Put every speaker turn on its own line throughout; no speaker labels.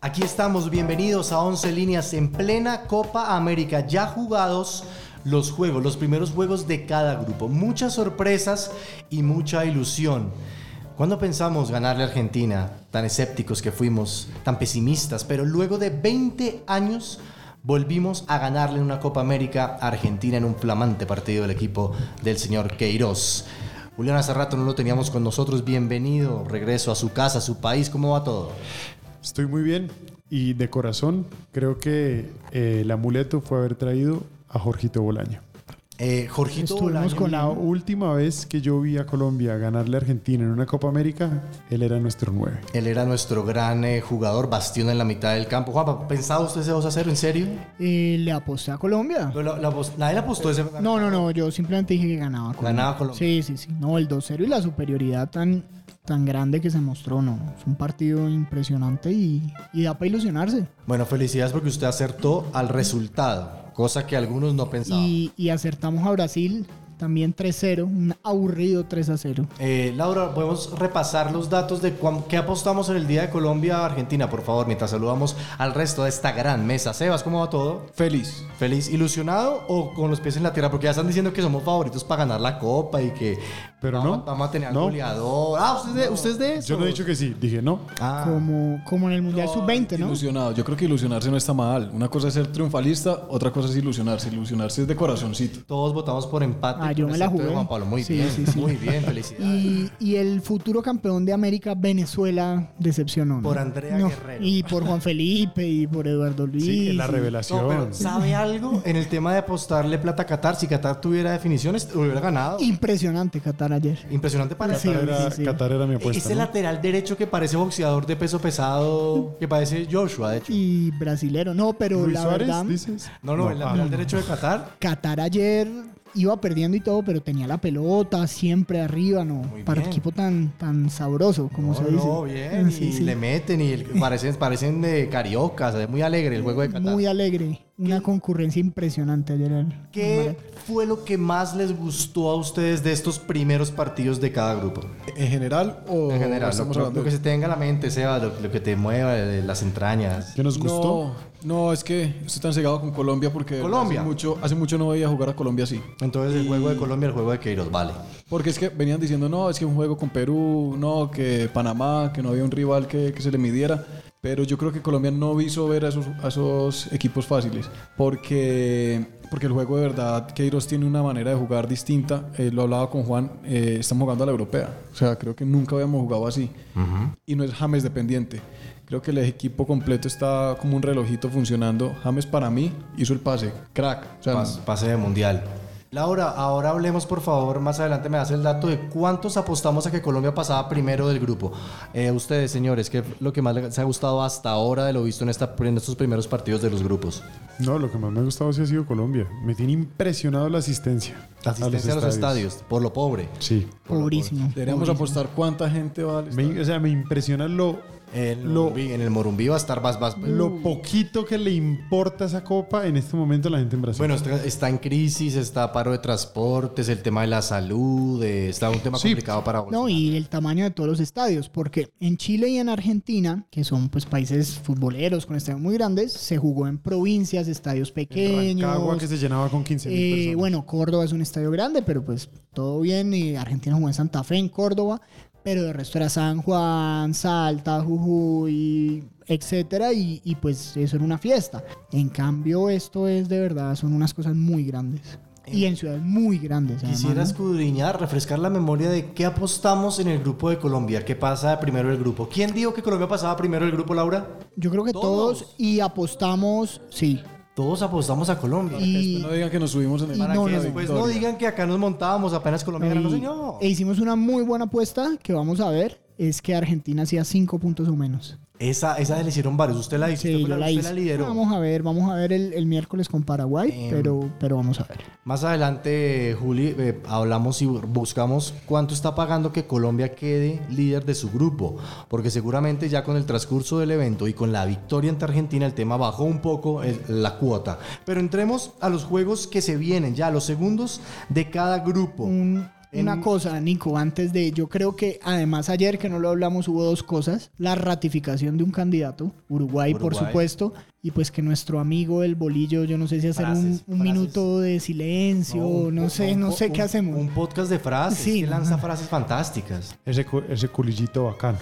Aquí estamos, bienvenidos a 11 líneas en plena Copa América, ya jugados los juegos, los primeros juegos de cada grupo. Muchas sorpresas y mucha ilusión. ¿Cuándo pensamos ganarle a Argentina? Tan escépticos que fuimos, tan pesimistas, pero luego de 20 años volvimos a ganarle una Copa América a Argentina en un flamante partido del equipo del señor Queiroz. Julián, hace rato no lo teníamos con nosotros. Bienvenido, regreso a su casa, a su país. ¿Cómo va todo?
Estoy muy bien y de corazón creo que eh, el amuleto fue haber traído a Jorgito Bolaño.
Eh, Jorgito
Estuvimos
Bolaño.
con la última vez que yo vi a Colombia ganarle a Argentina en una Copa América, él era nuestro 9.
Él era nuestro gran eh, jugador, bastión en la mitad del campo. Juanpa, ¿pensaba usted ese 2 a 0? ¿En serio?
Eh, le aposté a Colombia.
Pero la- la pos- nadie le apostó ese.
No, no, no, yo simplemente dije que ganaba Colombia.
Ganaba Colombia.
Sí, sí, sí. No, el 2-0 y la superioridad tan, tan grande que se mostró, no. Es un partido impresionante y, y da para ilusionarse.
Bueno, felicidades porque usted acertó al resultado, cosa que algunos no pensaban.
Y, y acertamos a Brasil también 3-0, un aburrido 3-0.
Eh, Laura, podemos repasar los datos de cuán- qué apostamos en el Día de Colombia-Argentina, por favor, mientras saludamos al resto de esta gran mesa. Sebas, ¿cómo va todo?
Feliz.
¿Feliz, ilusionado o con los pies en la tierra? Porque ya están diciendo que somos favoritos para ganar la copa y que
Pero
vamos,
no,
vamos a tener al
no.
goleador. Ah, usted es de, usted es de eso.
Yo no he dicho que sí, dije no.
Ah,
Como, como en el Mundial Sub-20, ¿no?
Ilusionado. Yo creo que ilusionarse no está mal. Una cosa es ser triunfalista, otra cosa es ilusionarse. Ilusionarse es de corazoncito.
todos votamos por empate.
Ah, yo
con
me la
excepto de
jugué.
Juan Pablo, muy
Sí,
bien,
sí, sí.
muy bien, felicidades.
Y, y el futuro campeón de América, Venezuela, decepcionó. ¿no?
Por Andrea
No,
Guerrero.
Y por Juan Felipe, y por Eduardo Luis.
Sí, es la
y-
revelación.
No, pero ¿sabe algo? En el tema de apostarle plata a Qatar, si Qatar tuviera definiciones, hubiera ganado.
Impresionante Qatar ayer.
Impresionante para
Sí,
Qatar, era,
sí, sí.
Qatar era mi apuesta.
Ese
¿no?
lateral derecho que parece boxeador de peso pesado, que parece Joshua, de hecho.
y brasilero. No, pero
Luis
la
Suárez,
verdad,
dices?
No, no, el
ah.
lateral derecho de Qatar.
Qatar ayer iba perdiendo y todo, pero tenía la pelota siempre arriba, ¿no?
Muy
Para un
bien.
equipo tan, tan sabroso, como
No,
se dice.
no, bien.
Sí,
y
sí.
le meten y el- parecen, parecen de cariocas. Es muy alegre el juego de Qatar.
Muy alegre. Una concurrencia impresionante ayer. en-
¿Qué fue lo que más les gustó a ustedes de estos primeros partidos de cada grupo?
¿En general o
En general,
estamos
lo,
hablando
lo que
de-
se tenga en la mente, Seba, lo, lo que te mueva, eh, las entrañas.
¿Qué nos gustó?
No, no, es que estoy tan cegado con Colombia porque
Colombia.
Hace, mucho, hace mucho no veía jugar a Colombia así.
Entonces, el juego de Colombia, el juego de Queiroz, vale.
Porque es que venían diciendo, no, es que un juego con Perú, no, que Panamá, que no había un rival que, que se le midiera. Pero yo creo que Colombia no hizo ver a esos, a esos equipos fáciles. Porque, porque el juego de verdad, Queiroz tiene una manera de jugar distinta. Eh, lo hablaba con Juan, eh, estamos jugando a la europea. O sea, creo que nunca habíamos jugado así. Y no es James dependiente. Creo que el equipo completo está como un relojito funcionando. James para mí hizo el pase. Crack. O sea,
Pas- pase de mundial. Laura, ahora hablemos por favor, más adelante me das el dato de cuántos apostamos a que Colombia pasaba primero del grupo. Eh, ustedes, señores, ¿qué es lo que más les ha gustado hasta ahora de lo visto en, esta, en estos primeros partidos de los grupos?
No, lo que más me ha gustado sí ha sido Colombia. Me tiene impresionado la asistencia.
La asistencia a los, estadios. por lo pobre.
Sí.
Pobrísimo.
deberíamos apostar cuánta gente va al
Me- o sea, me impresiona lo,
En,
Lo-
Morumbí- en el Morumbí va a estar más... más
lo poquito que le importa esa copa en este momento a la gente en Brasil.
bueno, está, está en crisis, está paro de transportes, el tema de la salud, eh, está un tema
Sí.
complicado para
No, y el tamaño de todos los estadios, porque en Chile y en Argentina, que son pues países futboleros con estadios muy grandes, se jugó en provincias, estadios
En
pequeños.
Rancagua que se llenaba con 15 mil
Eh,
personas.
bueno, Córdoba es un estadio grande, pero pues todo bien. Y Argentina jugó en Santa Fe, en Córdoba, pero de resto era San Juan, Salta, Jujuy, etcétera. Y, y, pues eso era una fiesta. En cambio, esto es de verdad, son unas cosas muy grandes. Y en ciudades muy grandes. además,
Quisiera
¿no?
escudriñar, refrescar la memoria de qué apostamos en el grupo de Colombia, qué pasa de primero el grupo. ¿Quién dijo que Colombia pasaba primero el grupo, Laura?
Yo creo que todos.
Todos.
y apostamos, sí.
Todos apostamos a Colombia.
Y-
Después no digan que nos subimos en el
y
Para
no,
que
no, no.
después no digan que acá nos montábamos apenas Colombia ganó,
y-
señor.
E hicimos una muy buena apuesta que vamos a ver, es que Argentina hacía cinco puntos o menos.
Esa, esa le hicieron varios. Usted la hizo,
Sí,
usted, fue
yo
la,
la
usted
hice.
la lideró.
Vamos a ver, vamos a ver el, el miércoles con Paraguay,
Em.
pero, pero vamos a ver.
Más adelante, Juli, eh, hablamos y buscamos cuánto está pagando que Colombia quede líder de su grupo, porque seguramente ya con el transcurso del evento y con la victoria ante Argentina el tema bajó un poco el- la cuota. Pero entremos a los juegos que se vienen ya, a los segundos de cada grupo.
Un Una cosa, Nico, antes de yo creo que además ayer que no lo hablamos hubo dos cosas, la ratificación de un candidato, Uruguay, por
Uruguay.
supuesto, y pues que nuestro amigo el bolillo, yo no sé si hacer un-
Frases,
un,
frases.
minuto de silencio, no,
un-
sé,
un-
no sé
un-
qué hacemos.
Un podcast de frases.
Sí,
que
no.
lanza frases fantásticas.
Ese, cu- ese culillito bacano.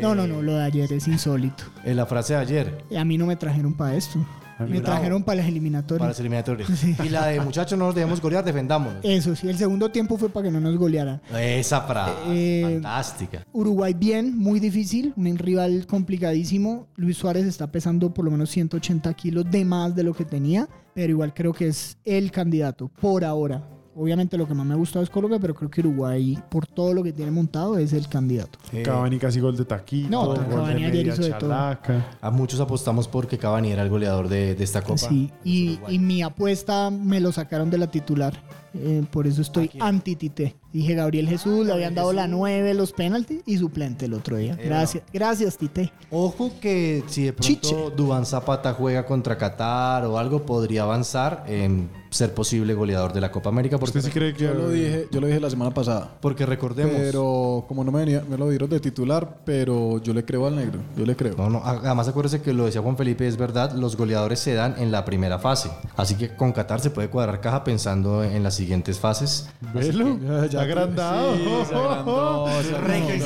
no, no, no, lo de ayer es insólito.
Eh, la frase de ayer.
Y A mí no me trajeron para esto,
Ay,
me
bravo.
trajeron para las eliminatorias.
Para las eliminatorias. Y la de muchachos, no nos dejemos golear, defendámonos.
Eso sí, el segundo tiempo fue para que no nos golearan.
Esa frase.
Eh,
fantástica.
Uruguay bien, muy difícil, un rival complicadísimo. Luis Suárez está pesando por lo menos 180 kilos de más de lo que tenía, pero igual creo que es el candidato por ahora. Obviamente lo que más me ha gustado es Colombia, pero creo que Uruguay, por todo lo que tiene montado, es el candidato.
Eh,
Cavani casi gol de taquito.
No,
gol
Cavani
de
ayer
media
hizo de todo.
chalaca.
A muchos apostamos porque Cavani era el goleador de, de esta copa.
Sí, y,
Uruguay.
y mi apuesta me lo sacaron de la titular. eh, por eso estoy anti-Tite. Dije
Ah,
Gabriel Jesús, le habían dado la 9, los penaltis y suplente el otro día.
Era.
Gracias, gracias Tite.
Ojo que si de pronto
Chiche.
Duván Zapata juega contra Qatar o algo, podría avanzar en ser posible goleador de la Copa América. Porque,
¿Usted sí cree que
Yo lo dije, yo lo dije la semana pasada.
porque recordemos.
Pero como no me, venía- me lo dieron de titular, pero yo le creo al negro, yo le creo.
No, no, a- además acuérdese que lo decía Juan Felipe, es verdad, los goleadores se dan en la primera fase. Así que con Qatar se puede cuadrar caja pensando en las siguientes fases.
Velo,
Ya- ya-
agrandado.
sí, se agrandó, se agrandó.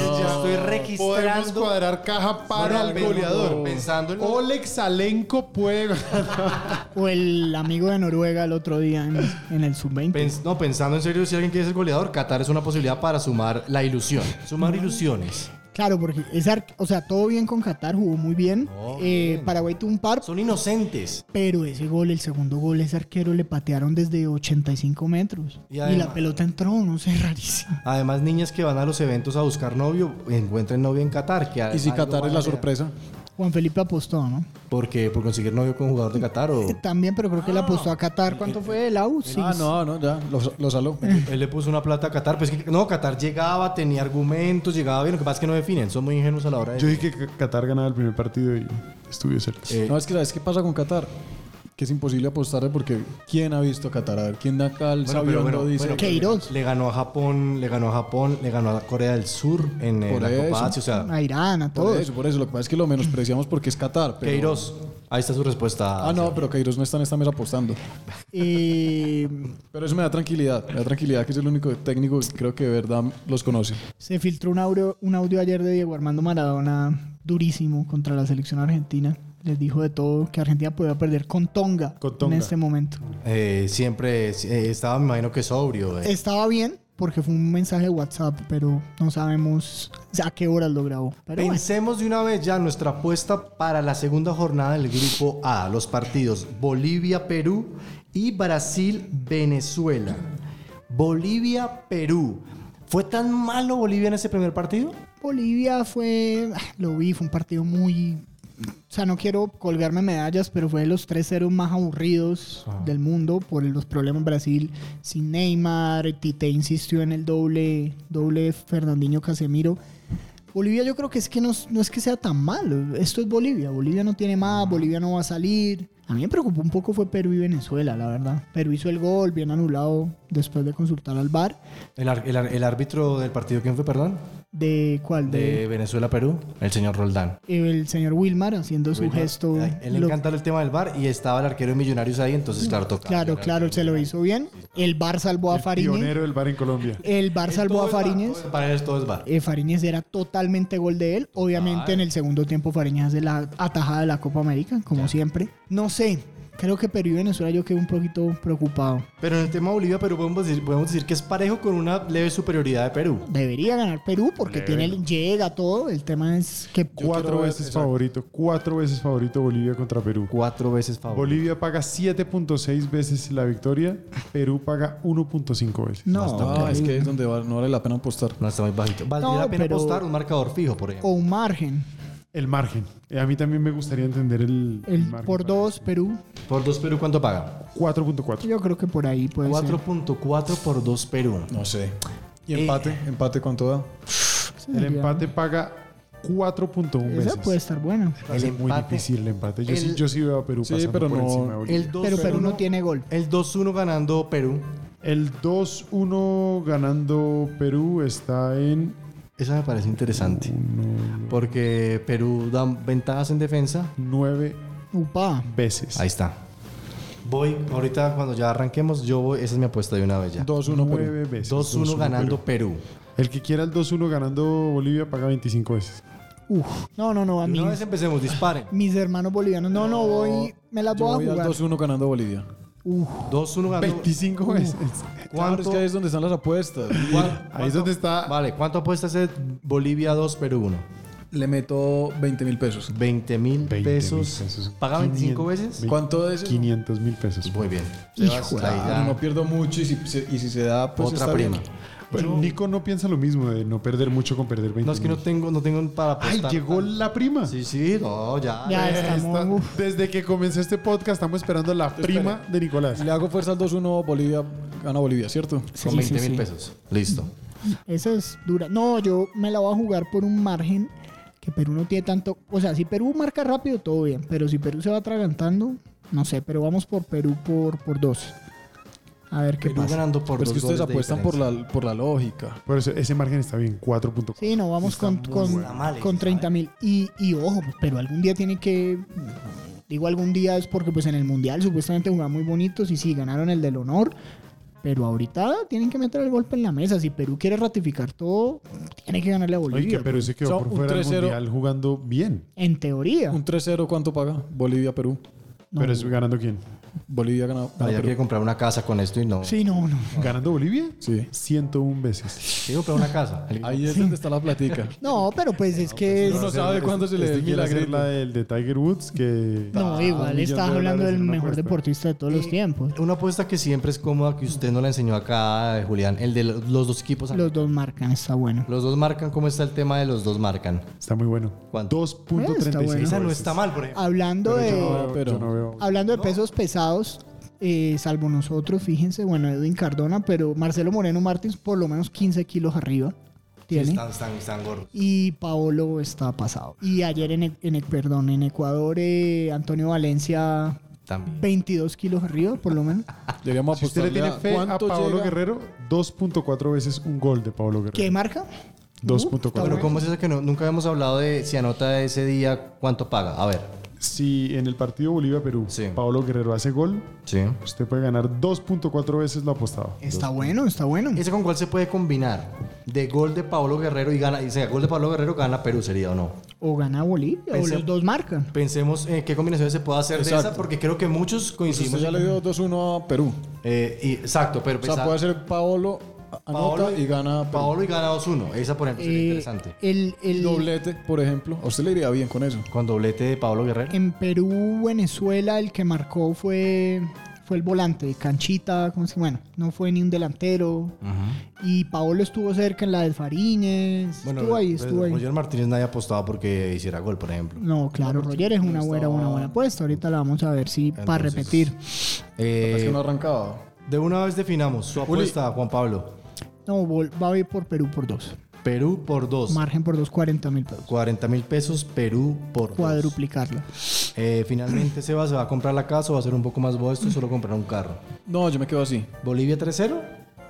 Podemos cuadrar caja para
Bueno,
el goleador.
pensando en-
Oleg Salenko puede
O el amigo de Noruega el otro día en, en el sub-20.
Pens- no, pensando en serio, si alguien quiere ser goleador, Qatar es una posibilidad para sumar la ilusión. Sumar ilusiones.
Claro, porque es ar- o sea, todo bien con Qatar, jugó muy bien.
No,
Eh,
Oh, bien.
Paraguay tuvo un par,
Son inocentes.
pero ese gol, el segundo gol, ese arquero le patearon desde 85 metros.
Y
Y,
además-
la pelota entró, no sé, rarísimo.
Además, niñas que van a los eventos a buscar novio, encuentren novio en Qatar. Que
Y si
algo
Qatar
van
es
a
la
hacer.
sorpresa,
Juan Felipe apostó, ¿no?
¿Por qué? ¿Por conseguir novio con jugador de Qatar o...?
Eh, También, pero creo que
Ah.
le apostó a Qatar. ¿Cuánto fue? La U. Sí.
ah, no, no, ya, lo, lo saló.
Él le puso una plata a Qatar, pues es que no, Qatar llegaba, tenía argumentos, llegaba bien, lo que pasa es que no definen, son muy ingenuos a la hora de...
Yo dije que Qatar ganaba el primer partido y estuve cerca.
Eh,
No, es que ¿sabes qué pasa con Qatar? Que es imposible apostarle porque ¿quién ha visto a Qatar? A ver, ¿quién de acá el
Bueno, pero
sabiondo
bueno,
dice?
bueno,
que-
Queiroz.
Le ganó a Japón, le ganó a Japón, le ganó a Corea del Sur en eh,
Por
la
eso.
Copa Asia, o sea,
A Irán, a
Por
todos.
eso, por eso. Lo que pasa es que lo menospreciamos porque es Qatar. Pero...
Queiroz, ahí está su respuesta.
Ah, no, pero Queiroz no está en esta mesa apostando.
Eh,
Pero eso me da tranquilidad. Me da tranquilidad que es el único técnico que creo que de verdad los conoce.
se filtró un audio, un audio ayer de Diego Armando Maradona durísimo contra la selección argentina. Les dijo de todo que Argentina podía perder con Tonga,
Con Tonga.
en este momento.
Eh, siempre eh, estaba, me imagino que sobrio. eh.
Estaba bien porque fue un mensaje de WhatsApp, pero no sabemos a qué horas lo grabó. Pero bueno,
Pensemos de una vez ya nuestra apuesta para la segunda jornada del grupo A, los partidos Bolivia-Perú y Brasil-Venezuela. Bolivia-Perú. ¿Fue tan malo Bolivia en ese primer partido?
Bolivia fue, ah, lo vi, fue un partido muy... O sea, no quiero colgarme medallas, pero fue de los 3-0 más aburridos del mundo por los problemas Brasil sin Neymar. Tite insistió en el doble, doble Fernandinho Casemiro. Bolivia yo creo que es que no, no es que sea tan malo. Esto es Bolivia. Bolivia no tiene más, Bolivia no va a salir. A mí me preocupó un poco fue Perú y Venezuela, la verdad. Perú hizo el gol, bien anulado después de consultar al VAR.
El, ar- el ar- el árbitro del partido, ¿quién fue, perdón?
¿De cuál?
De Venezuela-Perú, el señor Roldán.
el señor Wilmar haciendo su
Wilmar,
gesto.
a Él le
lo-
encanta el tema del bar y estaba el arquero de Millonarios ahí, entonces, claro, toca.
claro, claro, se lo hizo bien. El bar salvó a
El
Fariñez.
pionero del bar en Colombia.
El bar salvó a Fariñez.
Para él todo es bar.
Eh, Fariñez era totalmente gol de él. Obviamente en el segundo tiempo Fariñez hace la atajada de la Copa América, como siempre. No sé, creo que Perú y Venezuela yo quedé un poquito preocupado.
Pero en el tema Bolivia-Perú podemos decir, podemos decir que es parejo con una leve superioridad de Perú.
Debería ganar Perú porque tiene el- llega todo. El tema es que
Cuatro
ver-
veces
exacto.
favorito. Cuatro veces favorito Bolivia contra Perú.
Cuatro veces favorito.
Bolivia paga 7.6 veces la victoria. Perú paga 1.5 veces.
no,
No, es que es donde va- no vale la pena apostar.
No, está muy bajito. Valdría
No,
la pena
pero-
apostar un marcador fijo, por
o
ejemplo.
un margen.
El margen. Eh, A mí también me gustaría entender el,
El
margen
por
para-
dos Perú.
¿Por dos Perú cuánto paga?
4.4.
Yo creo que por ahí puede ser.
4.4 por dos Perú.
No sé. ¿Y
Eh.
empate? ¿Empate cuánto da?
El empate paga 4.1
Esa
veces.
puede estar buena.
Va a ser
El
muy
empate-
difícil el empate. Yo, sí,
el-
yo sí veo a Perú
Sí,
pasando
pero
por
no-
encima de Bolivia.
El 2
Pero Perú no tiene gol.
El 2-1 ganando Perú.
El 2-1 ganando Perú está en
Esa me parece interesante. Porque Perú da ventajas en defensa.
9
Upa.
veces.
Ahí está. Voy, ahorita cuando ya arranquemos, yo voy. Esa es mi apuesta de una vez ya.
2-1 Perú.
Nueve veces.
2-1 ganando Perú.
El que quiera el 2-1 ganando Bolivia paga 25 veces.
Uf. No, no, no. A
De
mí.
Una vez empecemos, disparen.
Mis hermanos bolivianos. No, no, voy. Me las
Yo
voy
voy
a
al
jugar.
2-1 ganando Bolivia.
2-1 ganando.
25 veces.
Claro, es
¿Cuánto?
que ahí es donde están las apuestas.
¿Cuán-
Ahí es donde está.
Vale, ¿cuánto apuestas es Bolivia 2, Perú 1?
Le meto 20 mil pesos.
20 mil
20.000
pesos.
pesos.
¿Paga 25 veces?
¿Cuánto es eso?
500 mil pesos.
Muy bien.
Hijo
Sebas,
de
ahí
Ah,
ya.
no pierdo mucho y si, se- y si se da, pues
Otra
está bien.
prima.
Bueno, Nico no piensa lo mismo de no perder mucho con perder 20
No, es que no tengo, no tengo para
¡Ay,
apostar.
llegó la prima!
Sí, sí, no,
Ah,
ya. Eh,
Ya
Ahí está.
estamos. uf.
Desde que comenzó este podcast estamos esperando la prima de Nicolás.
Le hago fuerza al 2-1 Bolivia, gana Bolivia, ¿cierto?
Con
Sí,
20
sí,
mil
sí.
pesos. Listo.
Esa es dura. No, yo me la voy a jugar por un margen que Perú no tiene tanto. O sea, si Perú marca rápido, todo bien. Pero si Perú se va atragantando, no sé. Pero vamos por Perú por, por dos. A ver qué
Perú
pasa.
ganando por
Pero es
dos
que ustedes
goles de
apuestan por
diferencia.
la, por la lógica.
Por eso ese margen está bien, 4.4.
Sí, no, vamos con, con,
bueno. Está mal,
con
está
30 mil. Y, y ojo, pues, pero algún día tiene que. Digo algún día es porque pues en el Mundial supuestamente jugaban muy bonitos y sí, ganaron el del honor. Pero ahorita tienen que meter el golpe en la mesa. Si Perú quiere ratificar todo, tiene que ganarle a
Oye, que
Bolivia.
Perú se quedó
Son
por
un
fuera del
3-0.
mundial jugando bien.
En teoría.
Un 3-0, ¿cuánto paga? Bolivia, Perú.
No.
Pero es ganando quién?
Bolivia gana, gana
Ah, ya
Perú.
quiere comprar una casa con esto y no.
Sí, no, no.
¿Ganando Bolivia?
Sí.
101 veces.
Quiere comprar una casa. El-
Ahí es donde está la platica.
No, pero pues es que. es-
Uno no sabe Ah, cuándo se le
Este
dé el
quiere hacer
milagrito.
la del de Tiger Woods que
No,
Ah, un
igual
millón
estás
de
hablando
dólares
del
en una
mejor
apuesta.
deportista de todos los tiempos.
Una apuesta que siempre es cómoda que usted no la enseñó acá, eh, Julián. El de lo- los dos equipos.
Los dos marcan, está bueno.
Los dos marcan. ¿Cómo está el tema de los dos marcan?
Está muy bueno.
¿Cuánto?
2.36.
Eh, Está bueno.
Esa no
veces.
está mal, por
Ah,
ejemplo.
Hablando de.
No,
Pero-
yo no veo.
Hablando de pesos pesados, eh, salvo nosotros, fíjense, bueno, Edwin Cardona, pero Marcelo Moreno Martins por lo menos 15 kilos arriba tiene.
Están, están, están gordos.
Y Paolo está pasado. Y ayer en, E- en perdón, en Ecuador, eh, Antonio Valencia
También.
22 kilos arriba, por lo menos.
Deberíamos
Si usted le
apostarle
tiene fe a
cuánto
Pablo
llega-
Guerrero, 2.4 veces un gol de Pablo Guerrero.
¿Qué marca? Uh,
2.4.
Pero ¿cómo es eso que no- nunca habíamos hablado de si anota ese día cuánto paga? A ver.
Si en el partido Bolivia-Perú
Sí.
Pablo Guerrero hace gol,
Sí.
usted puede ganar 2.4 veces lo apostado.
Está bueno, está bueno.
¿Ese con cuál se puede combinar? De gol de Pablo Guerrero y gana. Y sea, gol de Pablo Guerrero gana Perú, sería o no.
O gana Bolivia, o
Pensé- Pues
los dos marcan.
Pensemos en qué combinaciones se puede hacer de esa,
Exacto. Pues
porque creo que muchos
Usted
coincidimos.
ya le dio 2-1 a Perú.
Eh, y- exacto, pero
O sea,
pensar-
puede ser Paolo, anota
Paolo
y gana Perú.
Paolo y gana 2-1. Esa, por ejemplo, sería
Eh,
interesante.
el, el-
Doblete, por ejemplo. A usted le iría bien con eso.
Con doblete de Pablo Guerrero.
En Perú, Venezuela, el que marcó fue, fue el volante, Canchita, ¿cómo se Bueno, no fue ni un delantero. Y Paolo estuvo cerca en la de Fariñez. estuvo ahí,
pues,
estuvo ahí.
Roger Martínez nadie apostaba porque hiciera gol, por ejemplo.
No, claro, Roger es una buena, una buena apuesta. Ahorita la vamos a ver si para
Entonces,
repetir.
Eh,
es que no arrancaba.
de una vez definamos su
Juli.
apuesta, Juan Pablo.
No, vol- va a ir por Perú por dos.
Perú por 2.
Margen por dos, 40 mil pesos.
40 mil pesos, Perú por 2.
Cuadruplicarla.
Eh, finalmente, Seba, ¿se va a comprar la casa o va a ser un poco más modesto y solo comprar un carro?
No, yo me quedo así.
¿Bolivia 3-0?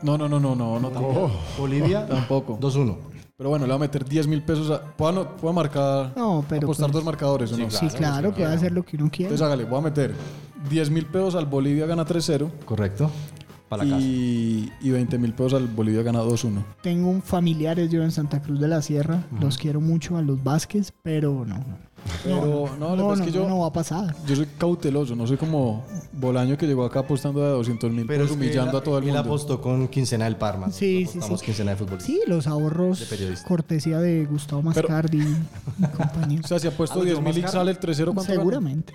No, no, no, no, no, no tampoco.
¿Bolivia?
Oh. Tampoco.
2-1.
Pero bueno, le voy a meter 10 mil pesos. A, ¿puedo, ano- puedo marcar.
No, pero
apostar
pues-
dos marcadores, ¿o no?
Sí, claro, puede hacer lo que uno quiera.
Entonces hágale, voy a meter 10 mil pesos al Bolivia gana 3-0
Correcto. Para la casa.
y, y 20 mil pesos al Bolivia gana 2-1.
Tengo un familiares yo en Santa Cruz de la Sierra. Los quiero mucho a los Vázquez, pero no.
Pero
No,
no, lo que
no,
pasa es que
no,
yo,
no va a pasar.
yo soy cauteloso, no soy como Bolaño que llegó acá apostando a 200 mil pesos,
es que
humillando
él-
a todo el
Él
mundo.
apostó con quincena del Parma.
Sí, sí,
Apostamos
sí.
quincena de fútbol.
Sí, los ahorros
periodista.
cortesía de Gustavo
Pero-
Mascardi y compañía.
O sea, si apuesto
Ah,
10 mil y
¿más caro?
sale el 3-0, ¿cuánto gana?
Seguramente.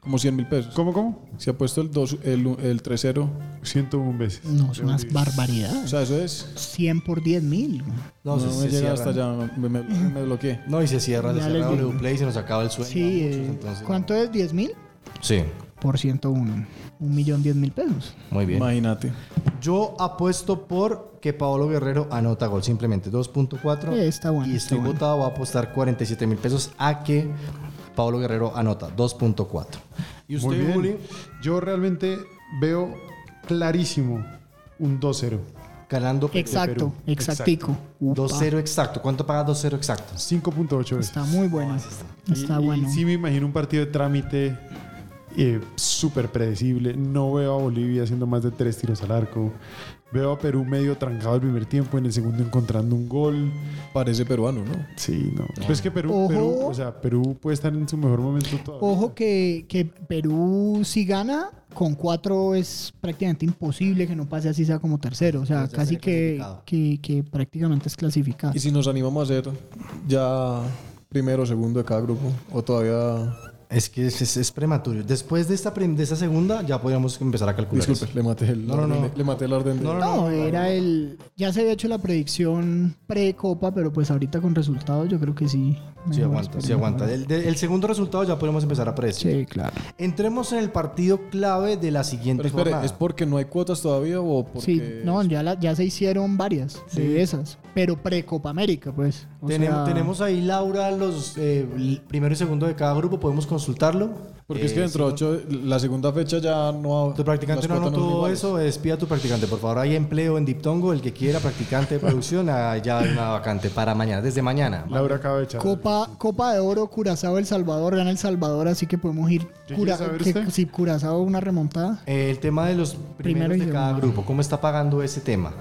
Como 100 mil pesos.
¿Cómo, cómo?
Si apuesto el, dos- el, el 3-0,
101 veces.
No, es unas
o
barbaridades.
sea, eso es.
100 por 10 mil.
No,
No,
se,
me
se
llega
cierra.
hasta allá, me, me- me bloqueé.
No, y se cierra, se
Ya
cierra
les digo.
W Play y se nos acaba el sueño.
Sí,
a muchos,
eh,
entonces-
¿cuánto es 10 mil?
Sí,
Por 101. Un millón 10 mil pesos.
muy bien.
Imagínate.
Yo apuesto por que Paolo Guerrero anota gol, simplemente 2.4.
Eh, está bueno,
Y
está
estoy
bueno.
votado, voy a apostar 47 mil pesos a que Paolo Guerrero anota 2.4. ¿Y
Muy
usted,
bien.
Juli?
Yo realmente veo clarísimo un 2-0.
Ganando Perú.
Exacto,
Perú.
exactico. Upa,
2-0 exacto. ¿Cuánto paga 2-0 exacto?
5.8 veces.
Está muy bueno. Está
Y- y
bueno.
sí me imagino un partido de trámite eh, súper predecible. No veo a Bolivia haciendo más de tres tiros al arco. Veo a Perú medio trancado el primer tiempo, en el segundo encontrando un gol.
Parece peruano, ¿no?
Sí, no. Pues que Perú,
Ojo.
Perú, o sea, Perú puede estar en su mejor momento todavía.
Ojo que, que Perú si gana con cuatro es prácticamente imposible que no pase así sea como tercero. O sea,
Pues ya
casi
sería
que,
clasificado.
que, que prácticamente es clasificado.
Y si nos animamos a hacer ya primero o segundo de cada grupo, o todavía.
Es que es, es- es prematuro. Después de esta, prim- de esta segunda ya podríamos empezar a calcular.
Disculpe, le maté el,
No, no, no.
Le maté el orden. de-
No, no, no.
No, era el. Ya se había hecho la predicción pre-copa, pero pues ahorita con resultados yo creo que sí.
Sí
mejor
aguanta, sí
esperar.
aguanta. El, de- el segundo resultado ya podemos empezar a predecir.
Sí, claro.
Entremos en el partido clave de la siguiente
Pero espere,
jornada.
¿es porque no hay cuotas todavía o porque.?
Sí, no, ya, la- ya se hicieron varias de esas, pero pre-Copa América, pues. O
tenemos,
sea,
tenemos ahí, Laura, los eh, l- primero y segundo de cada grupo. ¿Podemos consultarlo?
Porque
eh,
es que dentro de ocho, la segunda fecha ya no.
Tu practicante
las
no
cuotas son
anotó
iguales.
eso, despida a tu practicante. Por favor, hay empleo en Diptongo. El que quiera practicante de producción, ah, ya hay una vacante para mañana, desde mañana.
Laura acaba de echar.
Copa, Copa de Oro, Curazao, El Salvador, gana El Salvador, así que podemos ir.
¿Qué quiere saber usted?
si Curazao una remontada,
Eh, el tema de los primeros
Primero y
de cada
segundo.
grupo, ¿cómo está pagando ese tema?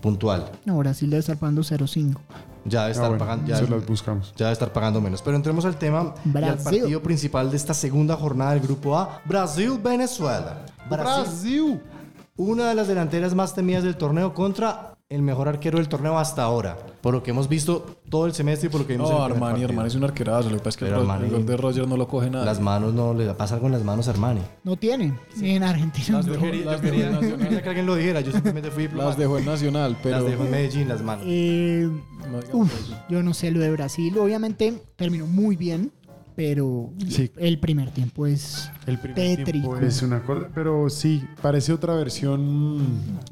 Puntual.
no, Brasil debe estar pagando 0-5.
Ya debe
Ah,
estar
bueno,
pagando. Ya,
se las buscamos.
ya debe estar pagando menos. Pero entremos al tema y al
Brasil.
partido principal de esta segunda jornada del grupo A, Brasil-Venezuela. Brasil,
Brasil.
una de las delanteras más temidas del torneo contra el mejor arquero del torneo hasta ahora. Por lo que hemos visto todo el semestre y por lo que vimos en
No,
el primer
Armani,
partido.
Armani es un arquerazo. Lo que pasa es que el,
Pero
Ro-
Armani-
el gol de Roger no lo coge nada.
Las manos no le pasa algo en las manos a Armani.
No tiene, ni en Argentina.
Las dejó, las dejó en
Yo quería
Nacional.
que alguien lo dijera, yo simplemente fui
Las
diplomático.
dejó en Nacional, pero.
Las dejó en Medellín las manos.
Eh,
No digamos
uf,
eso.
yo no sé lo de Brasil, obviamente terminó muy bien, pero
Sí.
el primer tiempo es
El primer
Tétrico.
tiempo es una cosa, pero sí, parece otra versión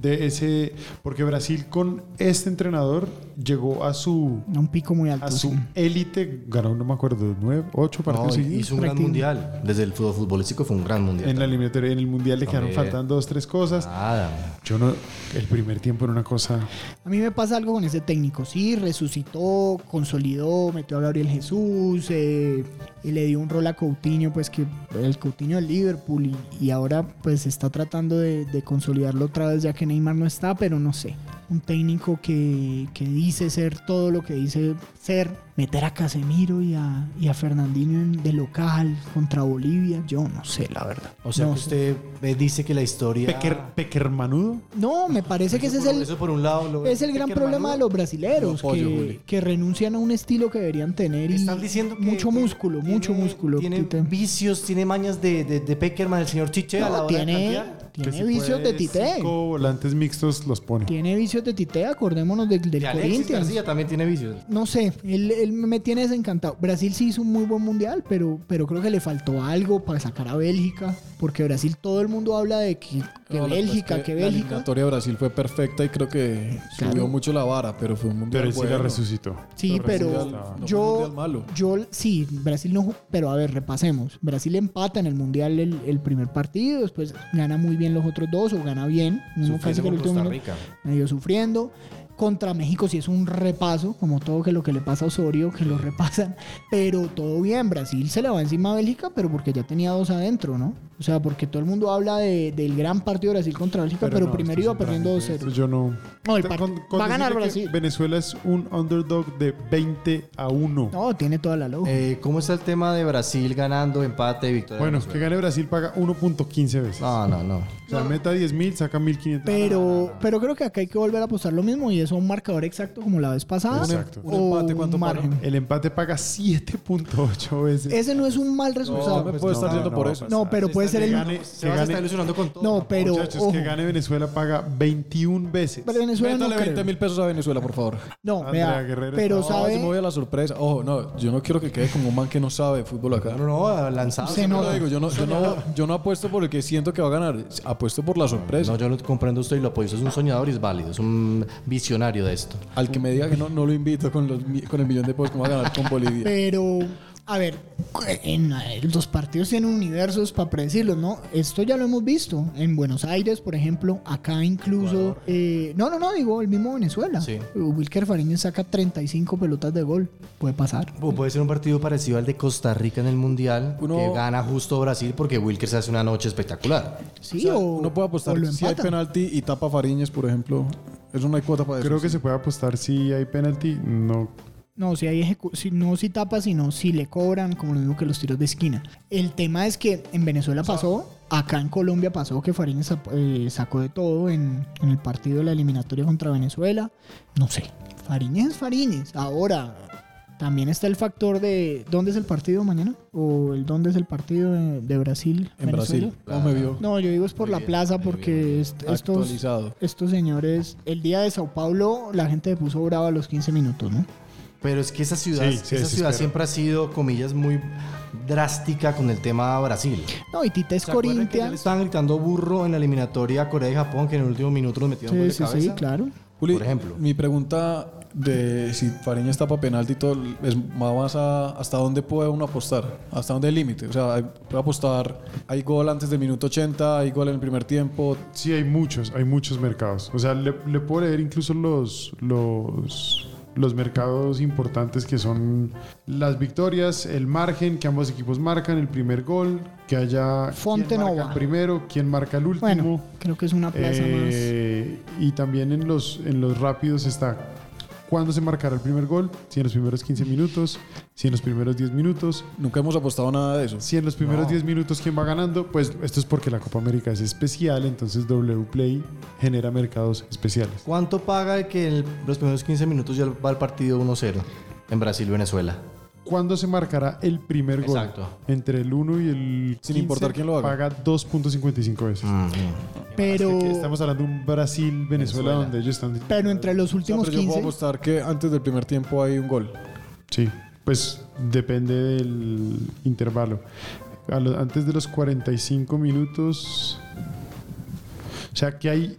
de ese, porque Brasil con este entrenador llegó a su
un pico muy alto.
a su
sí.
élite, ganó no me acuerdo nueve, ocho
Ah, No,
partidos seguidos.
hizo un gran
prácticamente.
mundial. Desde el fútbol futbolístico fue un gran mundial.
En la eliminatoria, en el mundial le quedaron
También. Ah.
faltando dos, tres cosas.
Nada.
Yo no, el primer tiempo era una cosa.
A mí me pasa algo con ese técnico. Sí, resucitó, consolidó, metió a Gabriel Jesús, eh, y le dio un rol a Coutinho, pues que el Coutinho del Liverpool, y, y ahora pues está tratando de, de consolidarlo otra vez ya que Neymar no está, pero no sé. Un técnico que, que dice ser todo lo que dice ser, meter a Casemiro y a, y a Fernandinho en- de local contra Bolivia, yo no sé, la verdad.
O sea
No
que
sé.
usted me dice que la historia.
Pequer, pequermanudo.
No, me parece que ese
Eso
es
por-
el,
Eso por un lado. lo-
Pues Es el gran
Pequermanudo.
problema de los brasileros,
Lo apoyo,
que,
Juli.
que renuncian a un estilo que deberían tener. Y
Están diciendo que.
mucho
que
músculo,
tiene-
mucho músculo.
Tiene
Tite.
vicios, tiene mañas de, de, de Peckerman, el señor Chiche. a la
No,
hora de
tiene,
plantear.
tiene
que si
vicios
puede,
de Tite.
Cinco volantes mixtos los pone.
Tiene vicios de Tite, acordémonos del, del
Y Alexis
Corinthians.
García también tiene vicios.
No sé, él, él me tiene desencantado. Brasil sí hizo un muy buen mundial, pero, pero creo que le faltó algo para sacar a Bélgica, porque Brasil todo el mundo habla de que, que
No, lo
Bélgica,
pasa es
que,
La
Bélgica.
eliminatoria de Brasil fue perfecta y creo que
Claro.
subió mucho la vara, pero fue un mundial.
Pero él sí la
bueno.
resucitó.
Sí,
Lo
pero
resucitó.
No fue un
yo,
mundial malo.
yo sí, Brasil no, ju- pero a ver, repasemos. Brasil empata en el mundial el, el primer partido, después gana muy bien los otros dos o gana bien, uno casi
Sufriese
que el
con
último
Costa
minuto,
Rica.
medio sufriendo. Contra México sí es un repaso, como todo que lo que le pasa a Osorio, que lo repasan, pero todo bien, Brasil se le va encima a Bélgica, pero porque ya tenía dos adentro, ¿no? O sea, porque todo el mundo habla de- del gran partido de Brasil contra Bélgica, pero,
no,
primero
esto
iba
es
perdiendo
un trámite,
2-0.
esto Yo no.
No, el
Con-
part-
con
va a ganar
decirle que
Brasil.
Venezuela es un underdog de 20 a 1.
No, tiene toda la lógica.
Eh, ¿Cómo está el tema de Brasil ganando, empate, victoria?
bueno,
de
que
Venezuela?
gane Brasil paga 1.15 veces.
No, no, no.
O sea, meta 10.000, saca 1.500.
Pero, pero creo que acá hay que volver a apostar lo mismo y eso a un marcador exacto como la vez pasada.
Exacto.
Un empate, ¿cuánto paga?
El empate paga 7.8 veces.
Ese no es un mal
No,
resultado.
me este
No,
puedo estar
Pues no,
yendo
no
por
va a
eso.
pasar.
pero puede ser el.
gane-
Se
que
va a
gane-
estar ilusionando con todo.
No, pero.
Muchachos,
ojo,
que gane Venezuela paga 21 veces.
pero Venezuela no
Métale 20
creo.
mil pesos a Venezuela, por favor.
No,
Andrea
vea,
Guerrero
pero
está-
No, se me voy
sabe.
a la sorpresa. Ojo, no, yo no quiero que quede como un man que no sabe de fútbol acá.
No, no, lanzado.
Se
Yo
nota.
Ah, lo digo, yo no, yo no, yo no apuesto por el que siento que va a ganar, apuesto por la sorpresa.
No, yo lo comprendo usted y lo apoyo. Usted es un soñador y es válido. Es un visionario de esto.
Al que me diga que no, no lo invito con, los, mi- con el millón de pesos que va a ganar con Bolivia.
Pero. A ver, en- eh, los partidos tienen universos para predecirlos, ¿no? Esto ya lo hemos visto en Buenos Aires, por ejemplo, acá incluso... eh, no, no, no, digo, el mismo Venezuela.
Sí.
Wilker Fariñez saca 35 pelotas de gol, puede pasar.
O Pues puede ser un partido parecido al de Costa Rica en el Mundial,
Uno-
que gana justo Brasil porque Wilker se hace una noche espectacular.
Sí,
O sea,
o,
uno puede
o lo
apostar si hay
empatan.
penalti y tapa Fariñas, por ejemplo. Eso no hay cuota para eso.
Creo que se puede apostar si hay penalti. No.
No, si hay ejecu- si, no si tapa, sino si le cobran, como lo mismo que los tiros de esquina. El tema es que en Venezuela pasó, acá en Colombia pasó que Fariñas sap- eh, sacó de todo en, en el partido de la eliminatoria contra Venezuela. No sé. Fariñas es Fariñas. Ahora, también está el factor de dónde es el partido mañana o el dónde es el partido de, de Brasil.
En
Venezuela.
Brasil. ¿Cómo me vio?
No, yo digo es por
Muy
la
bien,
plaza
muy
porque
bien, muy bien.
est- estos,
Actualizado.
estos señores, el día de Sao Paulo, la gente se puso brava a los 15 minutos, ¿no?
Pero es que esa ciudad,
Sí, sí,
esa
sí,
ciudad
espero.
siempre ha sido, comillas, muy drástica con el tema Brasil.
No, y Tita es
¿Se acuerdan que ya
Corintia.
le estaban gritando burro en la eliminatoria a Corea y Japón, que en el último minuto nos metieron gol
Sí,
de
sí,
cabeza?
sí, claro.
Juli,
Por ejemplo.
Mi pregunta de si Fariñas tapa penalti y todo es más a hasta dónde puede uno apostar, hasta dónde hay límite. O sea, hay- puede apostar, hay gol antes del minuto 80, hay gol en el primer tiempo.
Sí, hay muchos, hay muchos mercados. O sea, le, le puedo leer incluso los, los, los mercados importantes que son las victorias, el margen que ambos equipos marcan, el primer gol, que haya quién
Fontenova.
marca el primero, quién marca el último.
Bueno, creo que es una plaza
Eh, Y también en los, en los rápidos está cuándo se marcará el primer gol, si en los primeros 15 minutos, si en los primeros 10 minutos,
Nunca hemos apostado nada de eso.
si en los primeros 10 minutos quién va ganando. Pues esto es porque la Copa América es especial, entonces W Play genera mercados especiales.
¿Cuánto paga el que en los primeros 15 minutos ya va el partido 1-0 en Brasil-Venezuela?
¿Cuándo se marcará el primer gol?
Exacto.
Entre el 1 y el
Sin importar quién lo haga.
Paga 2.55 veces.
Mm,
más.
Así
Pero,
que Estamos hablando de un Brasil-Venezuela
Venezuela.
donde ellos están...
pero entre los
O sea,
últimos
pero yo puedo
15.
apostar que antes del primer tiempo hay un gol.
Sí, pues depende del intervalo. A lo- antes de los 45 minutos. O sea, que hay.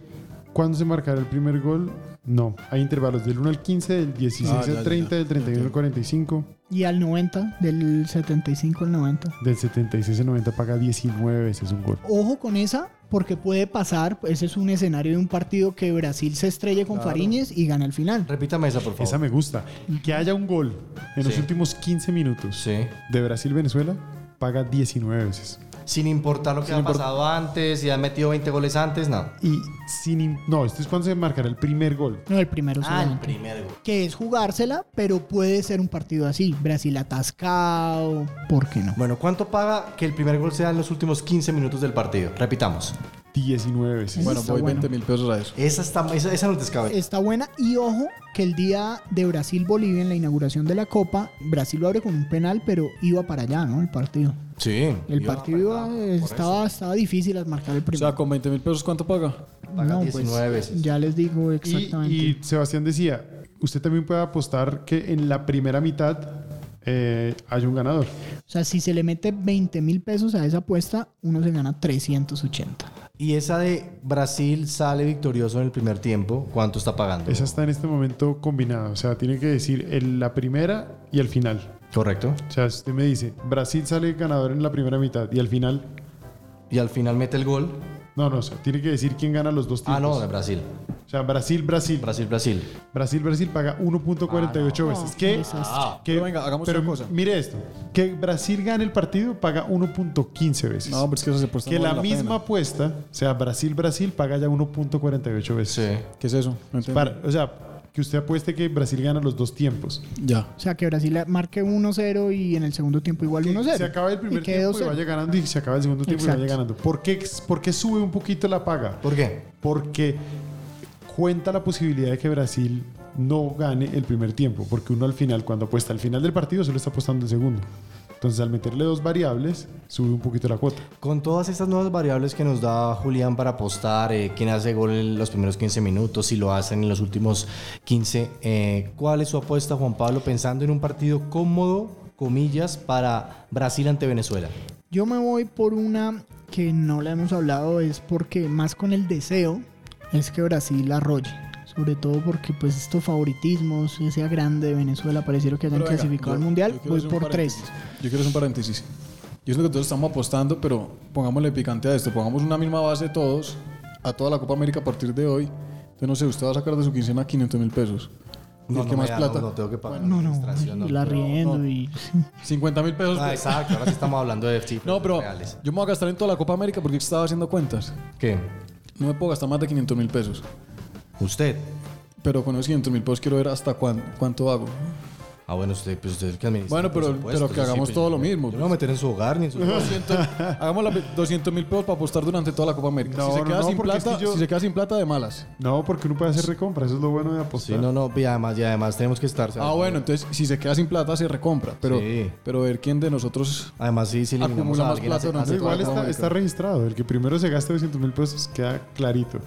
¿Cuándo se marcará el primer gol? No, hay intervalos del 1 al 15, del 16
Ah, ya, ya,
al 30,
ya.
del 31 al 45,
Y al 90, del 75 al 90.
del 76 al 90 paga 19 veces un gol.
Ojo con esa, porque puede pasar. Ese es un escenario de un partido que Brasil se estrelle con Fariñez y gana el final.
Repítame esa, por favor.
Esa me gusta. Que haya un gol en los
Sí.
últimos 15 minutos
Sí.
de Brasil-Venezuela paga 19 veces.
Sin importar lo que ha pasado antes, si han metido 20 goles antes, no.
Y sin. im- No, esto es cuando se marcará el primer gol.
No, el primero
Ah, el
solamente.
primer gol.
Que es jugársela, pero puede ser un partido así. Brasil atascado, ¿por qué no?
Bueno, ¿cuánto paga que el primer gol sea en los últimos 15 minutos del partido? Repitamos.
19 veces.
Bueno,
está
voy
bueno.
20 mil pesos a eso.
Esa, está, esa, esa no descabe.
está buena y ojo que el día de Brasil-Bolivia en la inauguración de la Copa, Brasil lo abre con un penal, pero iba para allá, ¿no? El partido.
Sí.
El
Iba
partido
para
iba,
acá,
eh,
por
estaba, estaba difícil al marcar el
O sea,
primero. pues,
con 20 mil pesos, ¿cuánto paga?
paga 19 veces.
Ya les digo
Y-
exactamente.
Y, Sebastián decía, usted también puede apostar que en la primera mitad eh, hay un ganador.
o sea, si se le mete 20 mil pesos a esa apuesta, uno se gana 380.
Y esa de Brasil sale victorioso en el primer tiempo, ¿cuánto está pagando?
Esa está en este momento combinada. O sea, tiene que decir en la primera y al final.
Correcto.
O sea, usted me dice, Brasil sale ganador en la primera mitad y al final.
Y al final mete el gol.
No, no, o sea, tiene que decir quién gana los dos tiempos.
Ah,
pues.
no, de Brasil.
O sea, Brasil, Brasil.
Brasil, Brasil.
Brasil, Brasil paga 1.48 veces.
No,
¿Qué?
qué desastre.
Ah,
que-
Pero venga, hagamos
pero
una cosa.
Mire esto: que Brasil gane el partido paga 1.15 veces.
No, pero es que eso se apuesta
Que
Pues no
la,
vale
misma
pena.
apuesta, o sea, Brasil-Brasil, paga ya 1.48 veces.
sí.
¿Qué es eso? No entiendo.
Para- o sea, que usted apueste que Brasil gana los dos tiempos.
Ya.
O sea, que Brasil marque 1-0 y en el segundo tiempo igual
Que
1-0.
se acaba el primer
Y quede
tiempo y
2-0.
vaya ganando y se acaba el segundo tiempo y
Exacto.
vaya ganando. ¿Por qué, por qué sube un poquito la paga?
¿Por qué?
Porque cuenta la posibilidad de que Brasil no gane el primer tiempo, porque uno al final, cuando apuesta al final del partido, solo está apostando el segundo. Entonces, al meterle dos variables, sube un poquito la cuota.
Con todas estas nuevas variables que nos da Julián para apostar, eh, quién hace gol en los primeros 15 minutos, si lo hacen en los últimos 15, eh, ¿cuál es su apuesta, Juan Pablo, pensando en un partido cómodo, comillas, para Brasil ante Venezuela?
Yo me voy por una que no la hemos hablado, es porque más con el deseo es que Brasil arrolle. O sea, sobre todo porque pues estos favoritismos, ese grande de Venezuela, parecieron que hayan
Pero venga,
clasificado
yo-
al Mundial,
yo quiero
voy
hacer un
por tres.
paréntesis. Yo quiero hacer un paréntesis. Yo sé que todos estamos apostando, pero pongámosle picante a esto. Pongamos una misma base todos, a toda la Copa América a partir de hoy. Entonces, no sé, usted va a sacar de su quincena 500 mil pesos. Y
No,
el
no,
que más
me da,
plata.
no, no tengo que pagar
No,
la
no,
administración,
y la
pero-
riendo
no.
y...
50 mil pesos. pues.
Ah, exacto, ahora sí estamos hablando de cifras
no, pero
reales.
yo me voy a gastar en toda la Copa América porque estaba haciendo cuentas.
¿Qué?
No me puedo gastar más de 500 mil pesos.
¿Usted?
Pero con esos 500 mil pesos quiero ver hasta cuán- cuánto hago.
Ah, bueno, usted, pues usted es el que administra.
Bueno, pero-
por supuesto,
pero que
eso sí,
hagamos
pues,
todo
yo-
lo mismo,
Yo no me voy a meter en su hogar ni en su.
200, hagamos la, 200 mil pesos para apostar durante toda la Copa América.
No,
si, se
no,
queda
no,
sin
porque es
plata,
que yo-
si se queda sin plata, de malas.
No, porque uno puede hacer recompra, eso es lo bueno de apostar.
Sí, no, no, y además, y además tenemos que estar.
Ah, bueno, entonces si se queda sin plata, se recompra. Pero,
Sí.
pero ver quién de nosotros.
Además, sí, si eliminamos
Acumula
a
más
alguien
plata
hace-
durante
hace
Pero igual
todo el
Toda la
está,
Copa
está registrado. El que primero se gaste 200 mil pesos queda clarito.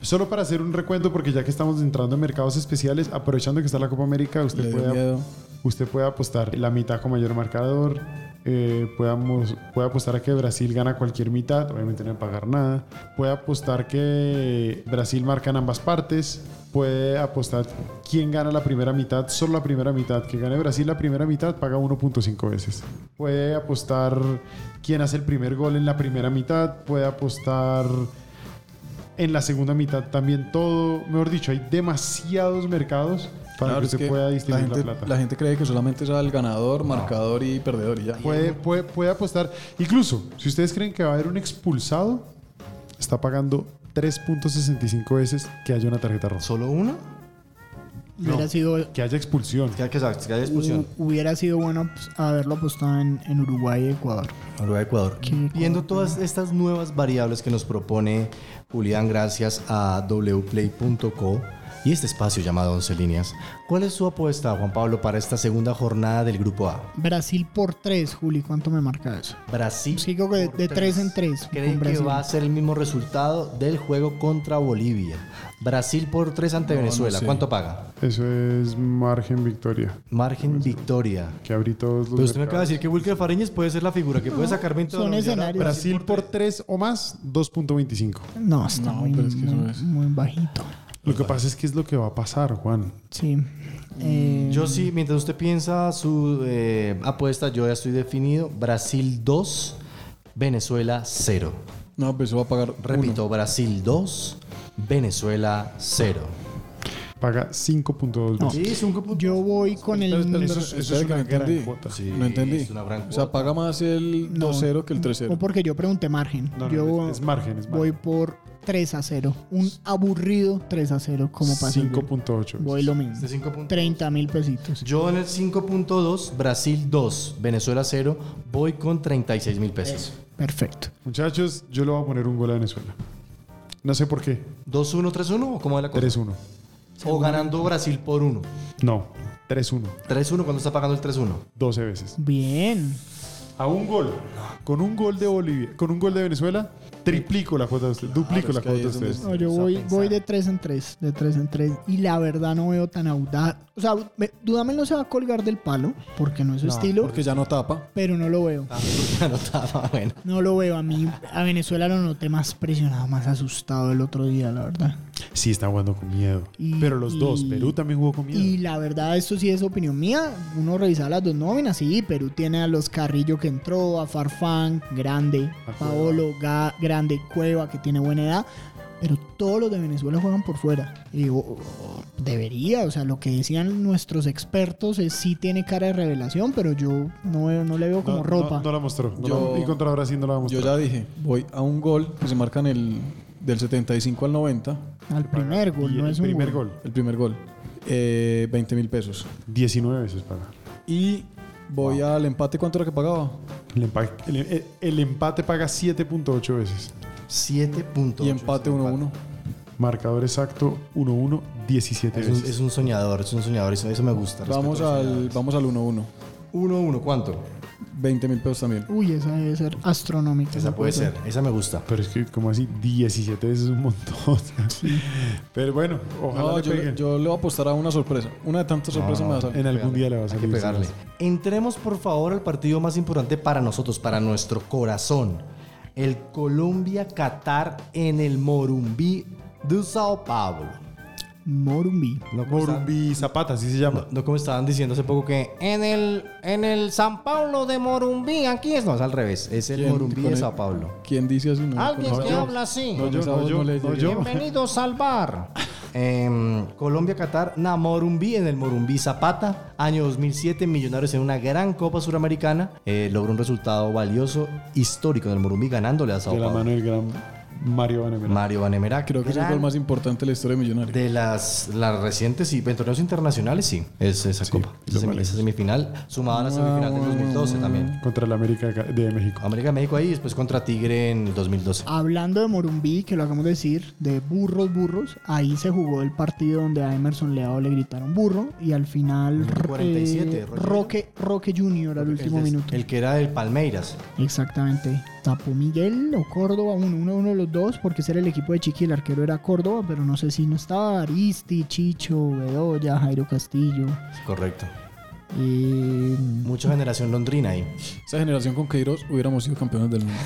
Solo para hacer un recuento, porque ya que estamos entrando en mercados especiales, aprovechando que está la Copa América,
Le
usted,
dio
Pues puede,
miedo.
usted puede apostar la mitad con mayor marcador. eh, puede, amos- puede apostar a que Brasil gana cualquier mitad, obviamente no va a pagar nada. Puede apostar que Brasil marca en ambas partes. Puede apostar quién gana la primera mitad, solo la primera mitad. Que gane Brasil la primera mitad paga 1.5 veces. Puede apostar quién hace el primer gol en la primera mitad. Puede apostar en la segunda mitad también todo. Mejor dicho, hay demasiados mercados para
Claro,
que
es
usted
que
pueda distribuir la,
gente,
plata.
la gente cree que solamente es el ganador, marcador y perdedor y ya.
Puede, puede, puede apostar. Incluso, si ustedes creen que va a haber un expulsado, está pagando 3.65 veces que haya una tarjeta roja.
¿Solo uno?
Hubiera sido,
Que haya expulsión.
Que hay que saber, que hay expulsión.
hu- hubiera sido bueno pues, haberlo apostado en, en Uruguay y Ecuador.
Noruega, Ecuador. Viendo todas estas nuevas variables que nos propone Julián gracias a wplay.co y este espacio llamado 11 líneas, ¿cuál es su apuesta, Juan Pablo, para esta segunda jornada del Grupo A?
Brasil por tres, Juli, ¿cuánto me marca eso?
Brasil.
Sí, creo que de, de tres en tres.
¿Creen
con
que
Brasil.
va a ser el mismo resultado del juego contra Bolivia? Brasil por 3 ante Venezuela.
sé.
¿Cuánto paga?
Eso es margen victoria.
Margen victoria.
Que abrí todos los
Pero usted me acaba de
mercados.
decir que Wilker Fareñez puede ser la figura que puede sacar 20
son
dólares.
escenarios.
Brasil por 3 o más, 2.25.
No, está
No,
muy,
pero es que eso
muy-
es-
muy bajito.
Lo que pasa es que es lo que va a pasar, Juan.
Sí. Eh,
Yo sí, mientras usted piensa su eh, apuesta, yo ya estoy definido. Brasil 2, Venezuela 0.
No, pues eso va a pagar.
Repito, Brasil 2, Venezuela 0.
Paga 5.2
No.
veces.
Sí, es un
yo voy con
Uno. Espera,
el...
espera,
Eso-
espera,
eso es
que
una
no
gran
entendí.
cuota.
Sí,
no entendí.
es una gran
O sea,
cuota.
paga más el
No.
2-0 que el 3-0.
O porque yo pregunté margen.
No, no,
yo
es margen, es margen.
voy por 3 a 0. Un aburrido 3 a 0 como pasó.
5.8.
Voy lo mismo.
De Este cinco puntos.
30 mil pesitos.
Yo en el 5.2, Brasil 2, Venezuela 0, voy con 36 mil pesos.
Perfecto.
Muchachos, yo le voy a poner un gol a Venezuela. No sé por qué.
2-1, 3-1 o cómo es la cosa?
3-1.
O ganando Brasil por 1.
No, 3-1.
3-1, ¿cuándo está pagando el 3-1?
12 veces.
Bien.
A un gol. Con un gol de Bolivia, con un gol de Venezuela, triplico la cuota de usted, duplico
es
la
que ahí
cuota de
es donde
ustedes.
No, yo
Eso a
voy,
pensar.
voy de 3 en 3. De 3 en 3. Y la verdad no veo tan audaz. O sea, me- Dudamel no se va a colgar del palo porque no es su estilo.
Porque ya no tapa.
Pero no lo veo.
Ya no estaba, bueno.
No lo veo. A mí, a Venezuela lo noté más presionado, más asustado el otro día, la verdad.
Sí, está jugando con miedo.
Y-
Pero los dos,
y-
Perú también jugó con miedo.
Y la verdad, esto sí es opinión mía. Uno revisaba las dos nóminas. Sí, Perú tiene a los Carrillo que entró, a Farfán, grande,
A
Paolo, Ga- grande, Cueva, que tiene buena edad. Pero todos los de Venezuela juegan por fuera. Y digo, oh, debería, o sea, lo que decían nuestros expertos es sí tiene cara de revelación, pero yo no, veo- no le veo como
no,
ropa.
No, no la mostró. no
Yo-
la- y contra Brasil no la mostró.
Yo ya dije, voy a un gol que se marca en el, del 75 al 90,
Al primer gol,
Y
no
el
es un
primer
gol.
gol.
el primer gol. Eh, 20 mil pesos.
19 veces paga.
Y voy al empate, ¿cuánto era que pagaba?
El empate, el- el- el empate paga 7.8 veces.
7 puntos.
Y empate 1-1.
Marcador exacto 1-1, 17
Es
veces.
un, es un soñador, es un soñador, eso, eso me gusta.
Vamos al, vamos al 1-1.
1-1, ¿cuánto?
20 mil pesos también.
Uy, esa debe ser astronómica.
Esa puede ser, esa me gusta.
Pero es que, como así, 17 veces es un montón. Pero bueno, ojalá
No,
le
yo,
peguen.
le- yo le voy a apostar a una sorpresa. Una de tantas sorpresas me va a salir.
en algún día le va a
Hay
salir.
que pegarle. Entremos por favor al partido más importante para nosotros, para nuestro corazón. El Colombia-Qatar en el Morumbí de Sao Paulo.
Morumbi.
No como, estaban,
Morumbi Zapata, así se llama.
no como estaban diciendo hace poco que en el, en el San Paulo de Morumbí, aquí es, no, es al revés, es el
¿Quién?
Morumbí
Con
de
el-
San Paulo.
¿Quién dice así? No,
Alguien
no,
que
yo-
habla así.
No, yo,
Esa
no,
voz
yo,
no le
no,
llegué.
yo.
Bienvenidos al bar. Em, Colombia, Qatar, na Morumbí, en el Morumbí Zapata, año 2007, Millonarios en una gran Copa Suramericana, eh, logró un resultado valioso, histórico en el Morumbí, ganándole a Sao
De la
Paulo.
mano del gran Mario Banamera.
Mario Vanemera,
Creo que es el gol más importante de la historia de Millonarios.
de las, las recientes y en torneos internacionales, sí, es esa copa. Esa, semi- esa semifinal, sumada a la semifinal del 2012 también.
Contra la América de México.
América de México ahí, después contra Tigre en el 2012.
Hablando de Morumbí, que lo acabamos de decir, de burros, burros, ahí se jugó el partido donde a Emerson Leao le gritaron burro y al final
Minuto 47,
eh,
Roger.
Roque, Roque Junior al último
el, des-
minuto.
el que era del Palmeiras.
Exactamente. Tapó Miguel o Córdoba, uno, uno, uno de los dos, porque ese era el equipo de Chiqui, el arquero era Córdoba, pero no sé si no estaba Aristi, Chicho, Bedoya, Jairo Castillo.
Correcto.
eh,
Mucha generación londrina ahí.
Esa generación con Queiroz hubiéramos sido campeones del mundo.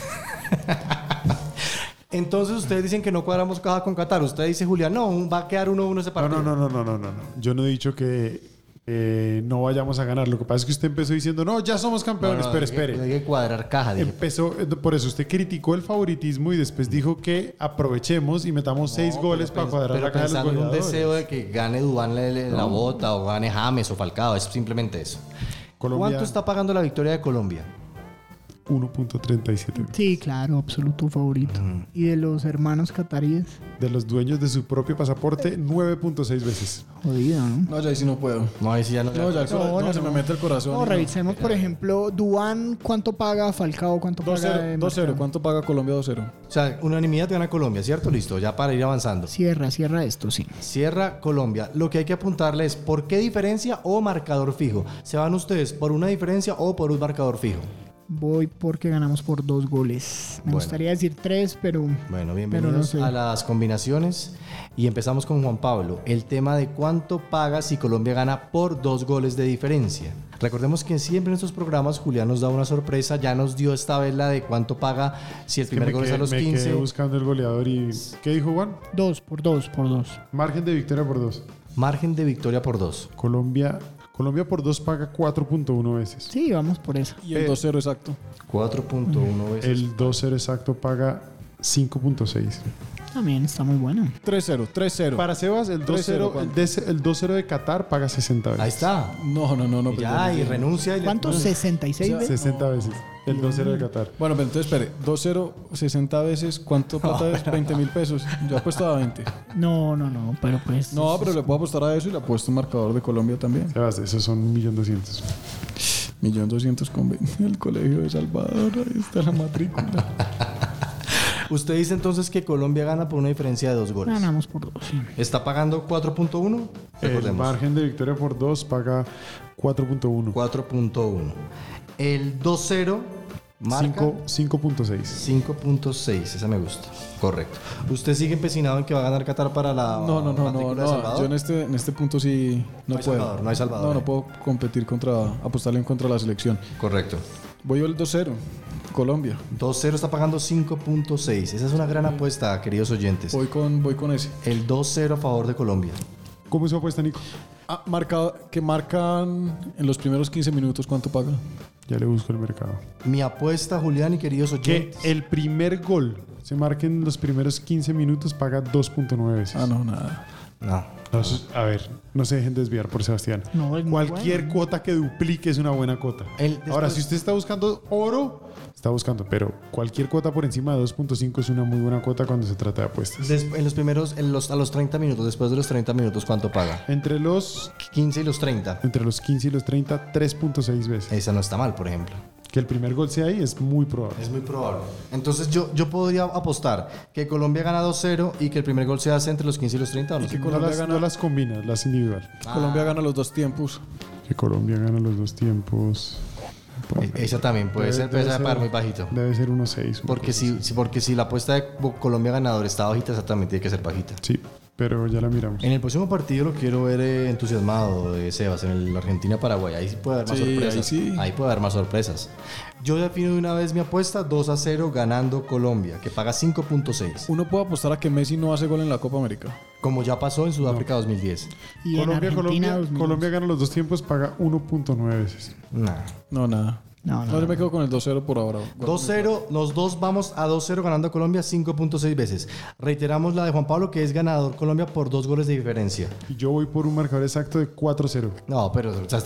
Entonces ustedes dicen que no cuadramos caja con Qatar. Usted dice, Julián, no, un- va a quedar 1-1 ese
No,
partido.
no, no, no, no, no, no, no. Yo no he dicho que eh, no vayamos a ganar. Lo que pasa es que usted empezó diciendo, no, ya somos campeones.
No,
pero
dije-
espere,
Yo
espere.
dije cuadrar caja. Dije,
Empezó, eh, por eso usted criticó el favoritismo y después dijo que aprovechemos y metamos seis goles para cuadrar
pero
la caja de los
pensando en un
goleadores.
deseo de que gane Dubán la, la- la bota o gane James o Falcao. Es simplemente eso.
Colombia-
¿Cuánto está pagando la victoria de Colombia?
1.37
sí, claro, absoluto favorito. Y de los hermanos cataríes,
de los dueños de su propio pasaporte 9.6 veces.
jodido, ¿no?
No, ya ahí sí no puedo.
No, ahí sí ya no.
No, ya el cora-
No,
no,
no,
se
no.
me mete el corazón.
No, revisemos, por ejemplo, Duan, ¿cuánto paga Falcao? ¿Cuánto paga
2-0, 2-0.
Mercado?
¿Cuánto paga Colombia 2-0?
O sea, unanimidad gana Colombia, ¿cierto? Listo, ya para ir avanzando.
Cierra, cierra esto, sí.
Cierra Colombia. Lo que hay que apuntarle es por qué diferencia o marcador fijo. ¿Se van ustedes por una diferencia o por un marcador fijo?
Voy porque ganamos por dos goles. Me
Bueno.
gustaría decir tres, pero
Bueno,
Pero no
bienvenidos
sé.
a las combinaciones. Y empezamos con Juan Pablo. El tema de cuánto paga si Colombia gana por dos goles de diferencia. Recordemos que siempre en estos programas Julián nos da una sorpresa. Ya nos dio esta vez la de cuánto paga si el
Que
primer
me
gol es
quedé-
a los
me quedé
15.
buscando el goleador y ¿qué dijo Juan?
dos, por dos, por dos.
Margen de victoria por dos.
Margen de victoria por dos.
Colombia Colombia por dos paga 4.1 veces.
Sí, vamos por eso.
Y el 2-0 exacto.
4.1 veces.
El 2-0 exacto paga 5.6.
También está muy bueno.
3-0, 3-0.
Para Sebas, el
3-0,
2-0 el des- el 2-0 de Qatar paga 60 veces.
Ahí está.
No, no, no, no.
Y
pues,
ya,
no,
y
no.
renuncia. y le-
¿Cuántos?
Bueno,
66 veces.
60 veces. El 2-0 de Qatar.
Bueno, pero entonces espere, 2-0, 60 veces, ¿cuánto plata es? 20 mil pesos. Yo apuesto a 20.
No, no, no, pero pues.
No, pero le puedo apostar a eso y le apuesto un marcador de Colombia también.
Sebas, esos son 1.200.000.
Millón doscientos con 20 el colegio de Salvador. Ahí está la matrícula.
Usted dice entonces que Colombia gana por una diferencia de dos goles.
Ganamos por dos, sí.
Está pagando 4.1.
El
Recordemos.
margen de victoria por 2 paga 4.1.
4.1. El 2.0 marca
Cinco- 5.6.
5.6. Esa me gusta. Correcto. ¿Usted sigue empecinado en que va a ganar Qatar para la
No, no, no, no.
matrícula de
no.
Salvador?
Yo en este, en este punto sí no,
hay
puedo.
Salvador, no hay Salvador.
No, no puedo competir contra, apostarle en contra de la selección.
Correcto.
Voy al 2-0, Colombia.
2.0 está pagando 5.6. Esa es una gran apuesta, queridos oyentes.
Voy con, voy con ese.
El 2.0 a favor de Colombia.
¿Cómo es su apuesta, Nico?
Ah, marca, que marcan en los primeros 15 minutos, ¿cuánto paga?
Ya le busco el mercado.
Mi apuesta, Julián y queridos
Que
Eh.
oyentes.
el primer gol se marque en los primeros 15 minutos paga 2.9 veces.
Ah, no, nada.
No.
No, eso es- a ver, no se dejen desviar por Sebastián.
No, es muy
Cualquier cuota que duplique es una buena cuota.
El- después-
Ahora, si usted está buscando oro, está buscando, pero cualquier cuota por encima de 2.5 es una muy buena cuota cuando se trata de apuestas.
Des- en los primeros, en los, a los 30 minutos, después de los 30 minutos, ¿cuánto paga?
Entre los,
15 y los 30.
entre los 15 y los 30, 3.6 veces.
Esa no está mal, por ejemplo.
Que el primer gol sea ahí es muy probable.
Es muy probable. Entonces yo, yo podría apostar que Colombia gana 2-0 y que el primer gol se hace entre los 15 y los 30 o no.
que
No
Colombia
las,
gana.
no las combina, las individual.
Ah.
Colombia gana los dos tiempos.
Que Colombia gana los dos tiempos.
E- Esa también puede
Debe-
ser, pero esa
debe
va a
ser-
pagar muy bajito.
Debe ser 1.6. una
Porque
cosa
si, si- porque si la apuesta de Bo- Colombia ganador está bajita, exactamente tiene que ser bajita.
así. Sí. pero ya la miramos.
En el próximo partido lo quiero ver eh, entusiasmado de Sebas, en el Argentina-Paraguay. Ahí sí puede haber más
Sí,
sorpresas.
ahí sí.
puede haber más sorpresas. Yo defino de una vez mi apuesta 2 a 0 ganando Colombia, que paga 5.6.
Uno puede apostar a que Messi no hace gol en la Copa América.
Como ya pasó en Sudáfrica 2010.
Y
Colombia,
en Argentina,
Colombia,
2011.
Colombia gana los dos tiempos, paga 1.9 veces.
Nah.
No, nada.
Ah,
No, no,
yo me quedo con el 2-0 por ahora.
2-0, los dos vamos a 2-0 ganando a Colombia 5.6 veces. Reiteramos la de Juan Pablo, que es ganador Colombia por dos goles de diferencia.
Y yo voy por un marcador exacto de 4-0.
No, pero. o sea,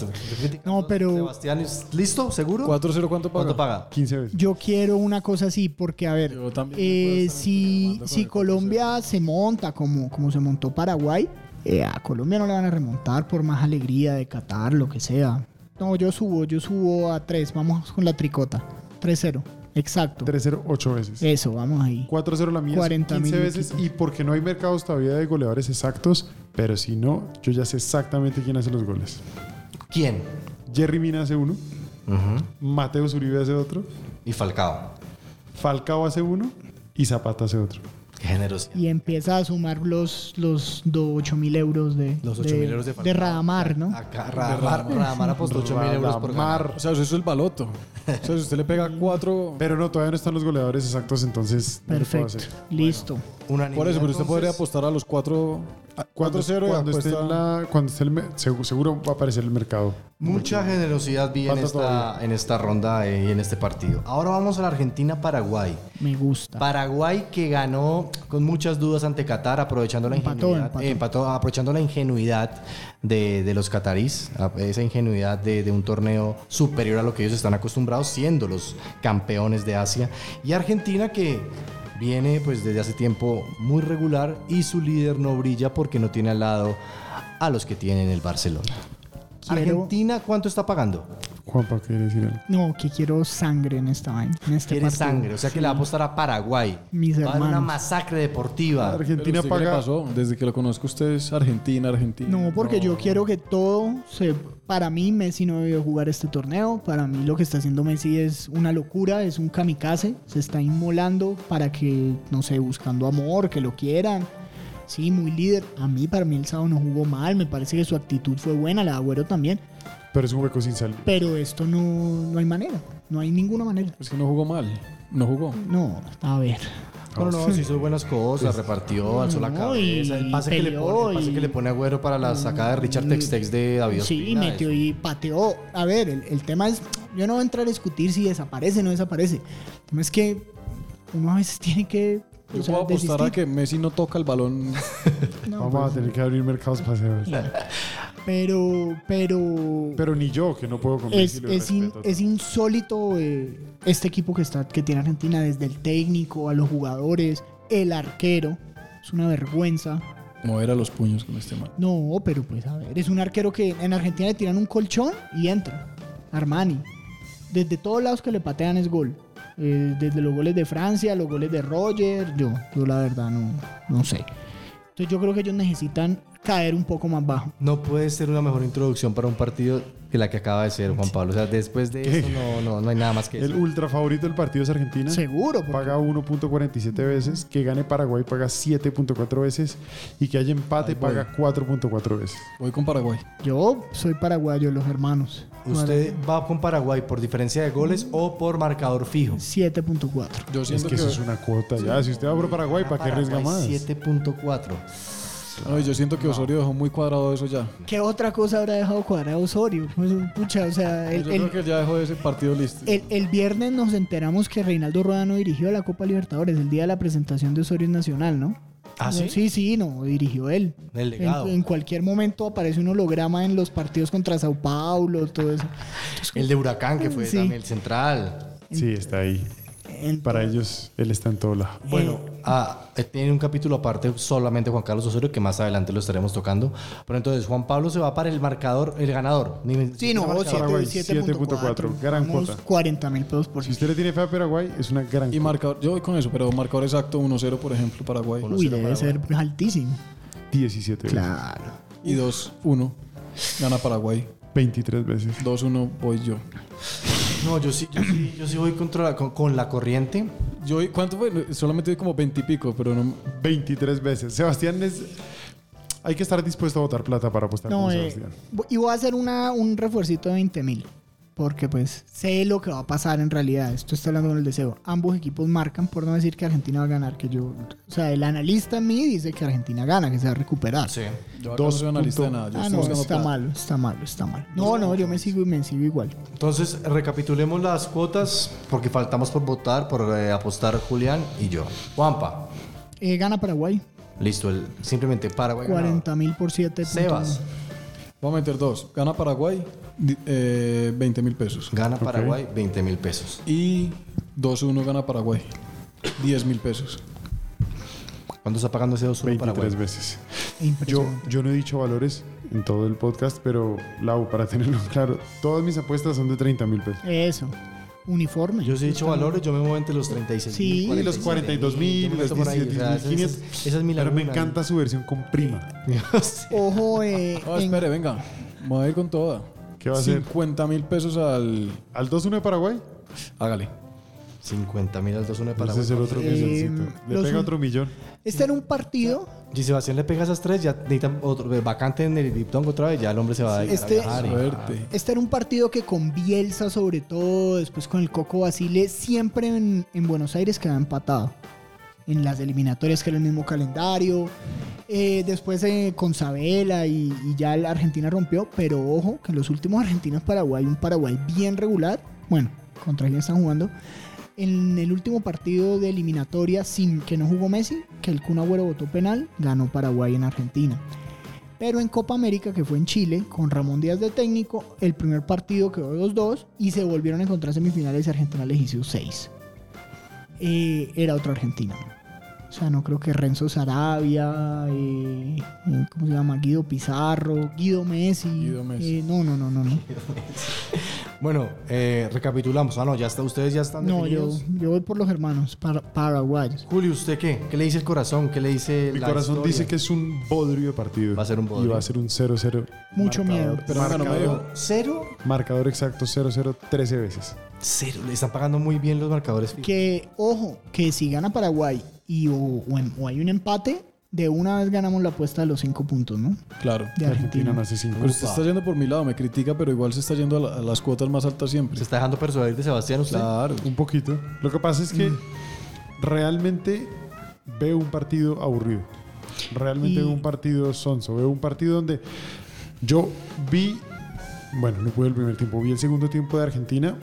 No, pero-
Sebastián, ¿es- ¿listo? ¿Seguro?
4-0, ¿cuánto paga?
¿Cuánto paga?
15 veces.
Yo quiero una cosa así, porque a ver,
Yo también
eh,
puedo estar
si,
reclamando con
si
el
Colombia se monta como, como se montó Paraguay, eh, a Colombia no le van a remontar por más alegría de Qatar, lo que sea. No, yo subo, yo subo a 3, vamos con la tricota. 3-0, exacto.
3-0, 8 veces.
Eso, vamos ahí.
4-0 la mía,
40
15
Eh, mil
veces. Y porque no hay mercados todavía de goleadores exactos, pero si no, yo ya sé exactamente quién hace los goles.
¿Quién?
Jerry Mina hace uno,
Ujú.
Mateo Uribe hace otro,
Y Falcao.
Falcao hace uno y Zapata hace otro.
Qué generosidad.
Y empieza a sumar los, los 8 mil euros de,
Los
de,
8.000 euros de Falcao.
Radamar, ¿no?
Acá, Radamar, Radamar apostó 8 mil euros por ganar.
Radamar.
O sea, eso es el baloto. O sea, si usted le pega 4...
Pero no, todavía no están los goleadores exactos, entonces no lo puedo
Perfecto,
hacer.
listo.
Unanimidad,
Por eso, pero usted
entonces.
podría apostar a los 4...
Cuando,
4-0 y
cuando esté
apuesta...
la- cuando esté el me- segu- seguro va a aparecer el mercado.
Mucha generosidad vi en
Falta
esta,
todavía.
en esta ronda eh, y en este partido. Ahora vamos a la Argentina-Paraguay.
Me gusta.
Paraguay que ganó con muchas dudas ante Qatar, aprovechando la
Empató,
ingenuidad,
empató.
eh, empató, aprovechando la ingenuidad de, de los catarís, a- esa ingenuidad de, de un torneo superior a lo que ellos están acostumbrados, siendo los campeones de Asia. Y Argentina que viene pues desde hace tiempo muy regular y su líder no brilla porque no tiene al lado a los que tienen el Barcelona.
Quiero-
Argentina, ¿cuánto está pagando?
Juanpa, ¿qué quiere decir algo?
No, que quiero sangre en esta vaina. En este
Tiene
partido.
sangre, o sea que le va a apostar a Paraguay.
Mis
va a haber una
hermanos.
masacre deportiva.
Pero
Argentina
¿usted ¿Qué le
paga.
pasó? Desde que lo conozco usted es Argentina, Argentina.
No, porque yo quiero que todo se... Para mí, Messi no debió jugar este torneo. Para mí, lo que está haciendo Messi es una locura, es un kamikaze. Se está inmolando para que, no sé, buscando amor, que lo quieran. Sí, muy líder. A mí, para mí, el sábado no jugó mal. Me parece que su actitud fue buena, la de Agüero también.
Pero es un hueco sin salida.
Pero esto no, no hay manera. No hay ninguna manera.
Es que no jugó mal. No jugó.
No, a ver.
No, no, sí hizo buenas cosas, repartió, alzó la
No,
cabeza, el
y
pase, que le,
peleó,
pone, el pase
y-
que le pone Agüero para la sacada de Richard Textex de David
Mm, Sí,
Ospina,
metió
es-
y pateó. A ver, el, el tema es, yo no voy a entrar a discutir si desaparece o no desaparece. El tema es que uno a veces tiene que...
Yo
o sea, este-
puedo apostar a
desistir.
que Messi no toca el balón.
No,
Vamos
pues,
a tener que abrir mercados paseos.
Pero, pero...
Pero ni yo, que no puedo comer.
es, es, in- es insólito eh, este equipo que, está, que tiene Argentina, desde el técnico a los jugadores, el arquero. Es una vergüenza.
Mover a los puños con este man.
No, pero pues a ver, es un arquero que en Argentina le tiran un colchón y entra. Armani. Desde todos lados que le patean es gol. Eh, desde los goles de Francia, los goles de Roger, yo, yo la verdad no, no sé. Entonces yo creo que ellos necesitan caer un poco más bajo.
No puede ser una mejor introducción para un partido que la que acaba de ser Juan Pablo. O sea, después de eso no, no, no hay nada más que
El
decir.
ultra favorito del partido es
¿Eh?
Argentina.
Seguro, porque
Paga 1.47 veces. Que gane Paraguay paga 7.4 veces. Y que haya empate paga 4.4 veces.
Voy con Paraguay.
yo soy paraguayo, los hermanos.
¿Usted va con Paraguay por diferencia de goles o por marcador fijo?
7.4.
Yo
Es
siento
que
que,
eso es una cuota ya. Si usted va por Paraguay, ¿para qué arriesga
Paraguay,
más?
7.4.
Ay, yo siento que Osorio dejó muy cuadrado eso ya.
¿Qué otra cosa habrá dejado cuadrado Osorio? Pues, Pucha, o sea, el,
yo
el-
creo que ya dejó ese partido listo.
El, el viernes nos enteramos que Reinaldo Rueda no dirigió la Copa Libertadores, el día de la presentación de Osorio en Nacional, ¿no?
¿Ah, sí?
Sí, sí, no, dirigió él.
El
En,
legado.
en cualquier momento aparece un holograma en los partidos contra Sao Paulo, todo eso.
El de Huracán, que fue
Sí.
también el central.
Sí, está ahí.
En-
Para ellos, él está en todo lado.
Bueno, ah, eh, tiene un capítulo aparte solamente Juan Carlos Osorio, que más adelante lo estaremos tocando. Pero entonces, Juan Pablo se va para el marcador, el ganador. Ni me-
sí, no,
Paraguay, 7.4,
7.4.
gran
Vamos
cuota.
40 mil pesos por
Si usted le tiene fe a Paraguay, es una gran
Y
cuota.
marcador, yo voy con eso, pero marcador exacto 1-0, por ejemplo, Paraguay.
Uy, debe ser altísimo.
17 veces.
Claro.
Y 2-1. Gana Paraguay.
23 veces.
2-1 voy yo.
No, yo sí, yo sí, yo sí voy contra la- con, con la corriente.
Yo, vi- ¿cuánto fue? No, Solamente vi como veintipico, pero no.
23 veces. Sebastián es. Hay que estar dispuesto a botar plata para apostar
No,
con
eh,
Sebastián.
vo- y voy a hacer una, un refuercito de 20 mil. Porque pues sé lo que va a pasar en realidad. Esto está hablando con el deseo. Ambos equipos marcan por no decir que Argentina va a ganar. Que yo, o sea, el analista en mí dice que Argentina gana, que se va a recuperar.
Sí.
Yo acá no
Dos
soy analista de
punto-
nada. Yo
Ah,
estoy
no,
buscando
está
plata.
malo, está malo, está mal. No, no, yo me sigo y me sigo igual.
Entonces, recapitulemos las cuotas porque faltamos por votar, por eh, apostar Julián y yo. Juanpa,
Eh, gana Paraguay,
listo, el, simplemente Paraguay. ganado.
40 mil por 7.
Sebas,
Voy a meter dos. Gana Paraguay, di- eh, 20 mil pesos.
gana Paraguay 20 mil pesos.
Y 2-1 gana Paraguay, 10 mil pesos.
¿Cuánto está pagando ese 2-1 Paraguay?
23 veces.
Eh,
Yo, yo no he dicho valores en todo el podcast, pero Lau, para tenerlo claro, todas mis apuestas son de 30 mil pesos.
Eso. Uniforme.
Yo sí he dicho valores, yo me muevo entre los 36
Sí,
Y los 42 mil, los 17 mil,
Esa es mi
Pero
laguna,
me encanta su versión con prima.
Ojo, eh,
No,
en-
espere, venga. Voy a ir con toda.
¿Qué va a hacer?
50 mil pesos al.
¿Al 2-1 de Paraguay?
Hágale.
50 mil al 2-1 de
Ese
Paraguay. Em,
es el otro
Eh,
milloncito. Le
los
pega
un-
otro millón.
este era un partido.
Si Sebastián le pega esas tres, ya necesitan otro eh, vacante en el diptongo otra vez, ya el hombre se va a dedicar
este-
a viajar. y-
Suerte.
Este era un partido que con Bielsa, sobre todo, después con el Coco Basile, siempre en, en Buenos Aires quedaba empatado. En las eliminatorias que era el mismo calendario. Eh, después eh, con Sabela y, y ya la Argentina rompió. Pero ojo, que los últimos Argentinos-Paraguay, un Paraguay bien regular. Bueno, contra quién están jugando. En el último partido de eliminatoria, sin que no jugó Messi, que el Kun Agüero votó penal, ganó Paraguay en Argentina. Pero en Copa América, que fue en Chile, con Ramón Díaz de técnico, el primer partido quedó 2-2 y se volvieron a encontrar semifinales y Argentina les hizo 6. Eh, era otro argentino. O sea, no creo que Renzo Sarabia, eh, eh, ¿cómo se llama? Guido Pizarro, Guido Messi.
Guido Messi.
eh, no, no, no, no. No,
Bueno, eh, recapitulamos. Ah, no, ya está, ustedes ya están
no yo,
definidos.
yo voy por los hermanos para- paraguayos.
Julio, ¿usted qué? ¿Qué le dice el corazón? ¿Qué le dice
Mi
la
corazón
historia?
dice que es un bodrio de partido.
Va a ser un
Y
bodrio.
va a ser un 0-0.
Mucho
marcador.
miedo.
Pero venga, no me
Marcador.
dejo.
¿Cero?
Marcador exacto 0-0 13 veces.
Cero. Le están pagando muy bien los marcadores. fijos.
Que, ojo, que si gana Paraguay y o, o en- o hay un empate, de una vez ganamos la apuesta de los cinco puntos, ¿no?
Claro.
De
Argentina
Argentina.
no hace 5.
Pero usted está yendo por mi lado, me critica, pero igual se está yendo a, la- a las cuotas más altas siempre.
¿Se está dejando persuadir de Sebastián usted?
Claro.
Un poquito. Lo que pasa es que
Mm.
realmente veo un partido aburrido. Realmente
Y-
veo un partido sonso. Veo un partido donde yo vi, bueno, no pude el primer tiempo, vi el segundo tiempo de Argentina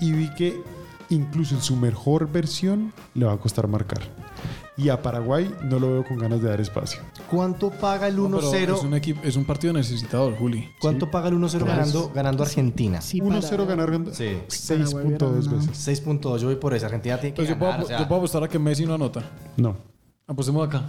y vi que incluso en su mejor versión le va a costar marcar. Y a Paraguay no lo veo con ganas de dar espacio.
¿Cuánto paga el
No, pero
1-0?
Es, un equipo- es un partido necesitador, Juli.
¿Cuánto paga el 1-0 ganando, ganando Argentina?
Sí,
1-0
para-
ganar ganando
Sí.
6.2
Paraguay
veces.
6.2, yo voy por eso. Argentina tiene que
Entonces Pues yo puedo,
ganar. o sea,
yo puedo apostar a que Messi no anota.
No.
Apostemos acá.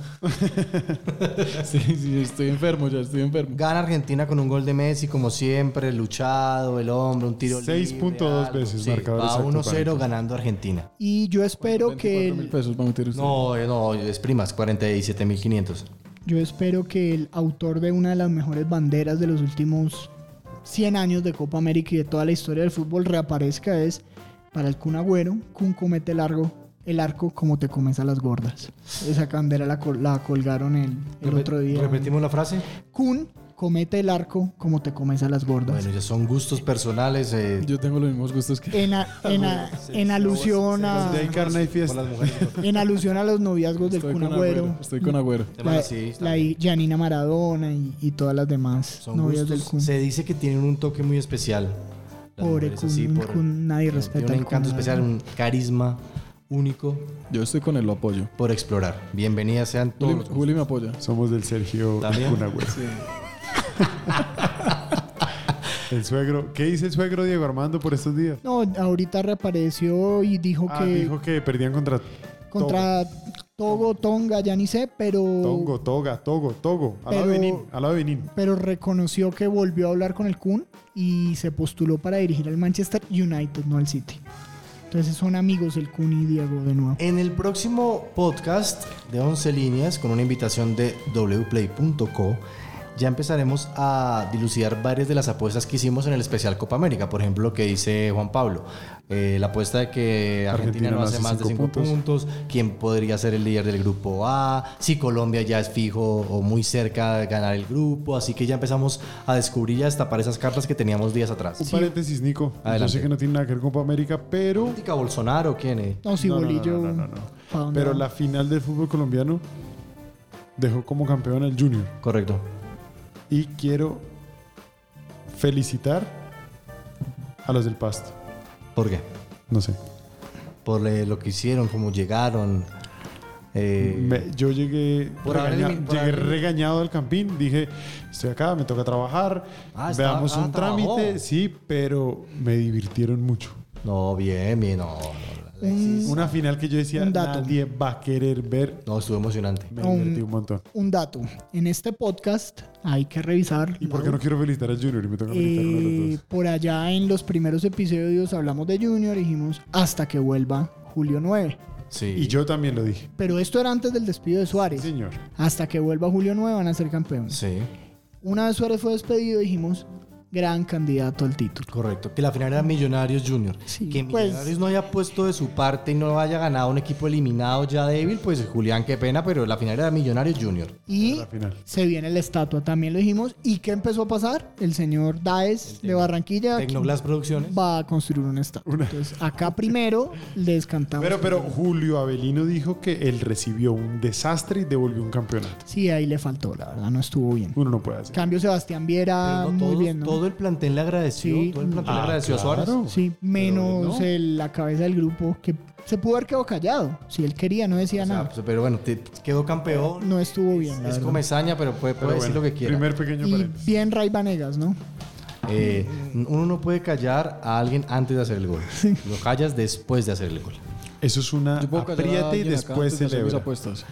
sí, sí, estoy enfermo ya, estoy enfermo.
Gana Argentina con un gol de Messi, como siempre, luchado, el hombre, un tiro libre.
6.2
algo.
veces
Sí,
marcador
Va
exacto,
1-0
Juanito.
ganando Argentina.
Y yo espero que
24.000
el,
pesos va a meter usted.
No, eh, no, es primas, 47.500.
yo espero que el autor de una de las mejores banderas de los últimos 100 años de Copa América y de toda la historia del fútbol reaparezca es para el Kun Agüero, Kun comete largo el arco como te comes a las gordas. Esa bandera la, col- la colgaron el, el
Repe-
otro día.
¿Repetimos la frase?
Kun comete el arco como te comes a las gordas.
Bueno, ya son gustos personales. eh,
Yo tengo los mismos gustos que.
En, a-
Ah,
en a- en alusión a,
De ahí carne y
con
fiesta.
las mujeres.
en alusión a los noviazgos del
Estoy
Kun
con
Agüero.
Agüero. Estoy con Agüero.
Bueno,
La,
pues, este sí, está
la
bien.
Janina Maradona y, y todas las demás
Son
novias
gustos.
del Kun.
Se dice que tienen un toque muy especial. Las
Pobre
mujeres
Kun,
por-
Kun, nadie
tiene
respeta
Un
al
encanto
Kun, la
especial,
verdad.
un carisma único
Yo estoy con él, lo apoyo.
por explorar. Bienvenidas sean
Juli,
todos.
Juli me apoya.
Somos del Sergio
¿También?
Kun Agüero. El suegro. ¿Qué dice el suegro Diego Armando por estos días?
No, ahorita reapareció y dijo
Ah,
que
dijo que perdían contra
contra Togo, Tonga, ya ni sé, pero,
Tongo, Toga, Togo, Togo. Al lado
Pero-
de Benín. Al lado de Benín.
pero reconoció que volvió a hablar con el Kun y se postuló para dirigir al Manchester United, no al City. Entonces son amigos el Kun y Diego de nuevo.
En el próximo podcast de 11 líneas, con una invitación de wplay.co, ya empezaremos a dilucidar varias de las apuestas que hicimos en el especial Copa América. Por ejemplo, lo que dice Juan Pablo, eh, la apuesta de que Argentina,
Argentina
no hace más de cinco puntos. quién podría ser el líder del grupo A, si Colombia ya es fijo o muy cerca de ganar el grupo. Así que ya empezamos a descubrir y a destapar esas cartas que teníamos días atrás.
Un paréntesis, Nico. Yo
Adelante.
sé que no tiene nada que ver con Copa América, pero.
¿Política Bolsonaro quién es?
No, si
No, no, no,
bolillo.
no, no, no.
¿pa' dónde
Pero
va?
la final del fútbol colombiano dejó como campeón al Junior.
Correcto.
Y quiero felicitar a los del Pasto.
¿Por qué?
No sé.
Por eh, lo que hicieron, cómo llegaron. eh,
Me- yo llegué,
Por haber
regaña-
elimin- por
llegué
haber elimin-
regañado al campín. Dije, estoy acá, me toca trabajar.
Ah, estaba-
veamos
ah,
un
trabajó.
trámite. Sí, pero me divirtieron mucho.
No, bien, bien, no. no, Alexis.
Una final que yo decía,
Un dato.
nadie va a querer ver.
No, estuvo emocionante.
Me
Un-
divertí un montón.
Un dato. En este podcast hay que revisar.
¿Y por qué no quiero felicitar a Junior? Y me toca felicitar a uno de
Eh,
los dos.
por allá en los primeros episodios hablamos de Junior y dijimos hasta que vuelva Julio 9.
Sí.
Y yo también lo dije.
Pero esto era antes del despido de Suárez.
Señor.
Hasta que vuelva Julio 9 van a ser campeones.
Sí,
Una vez Suárez fue despedido dijimos gran candidato al título.
correcto. Que la final era Millonarios Junior.
Sí,
que
pues-
Millonarios no haya puesto de su parte y no haya ganado un equipo eliminado ya débil, pues Julián, qué pena, pero la final era Millonarios Junior.
Y
La final.
se viene la estatua, también lo dijimos. ¿Y qué empezó a pasar? El señor Daes de Barranquilla
Tecnoglass Producciones.
va a construir una estatua. Entonces acá primero les cantamos.
Pero, pero Julio Avelino dijo que él recibió un desastre y devolvió un campeonato.
Sí, ahí le faltó, la verdad, no estuvo bien.
Uno no puede hacer.
Cambio Sebastián
Pero
Viera,
no
muy
todos-
bien, ¿no?
Todo el plantel le agradeció.
Sí.
Todo el plantel le
Ah,
agradeció a Suárez.
claro.
Sí, menos
no.
el- la cabeza del grupo, que se pudo haber quedado callado. Si él quería, no decía
O sea,
nada.
pues, pero bueno, te- quedó campeón.
no estuvo bien, la
es
verdad.
comezaña, pero puede, puede
Pero
decir lo
bueno,
que quiera.
Primer pequeño
Y
paréntesis.
bien Ray Vanegas, ¿no?
Eh, uno no puede callar a alguien antes de hacer el gol. Lo callas después de hacer el gol.
Eso es una
Yo puedo callar a
apriete y
alguien acá
después
antes de hacer mis
celebra.
apuestas.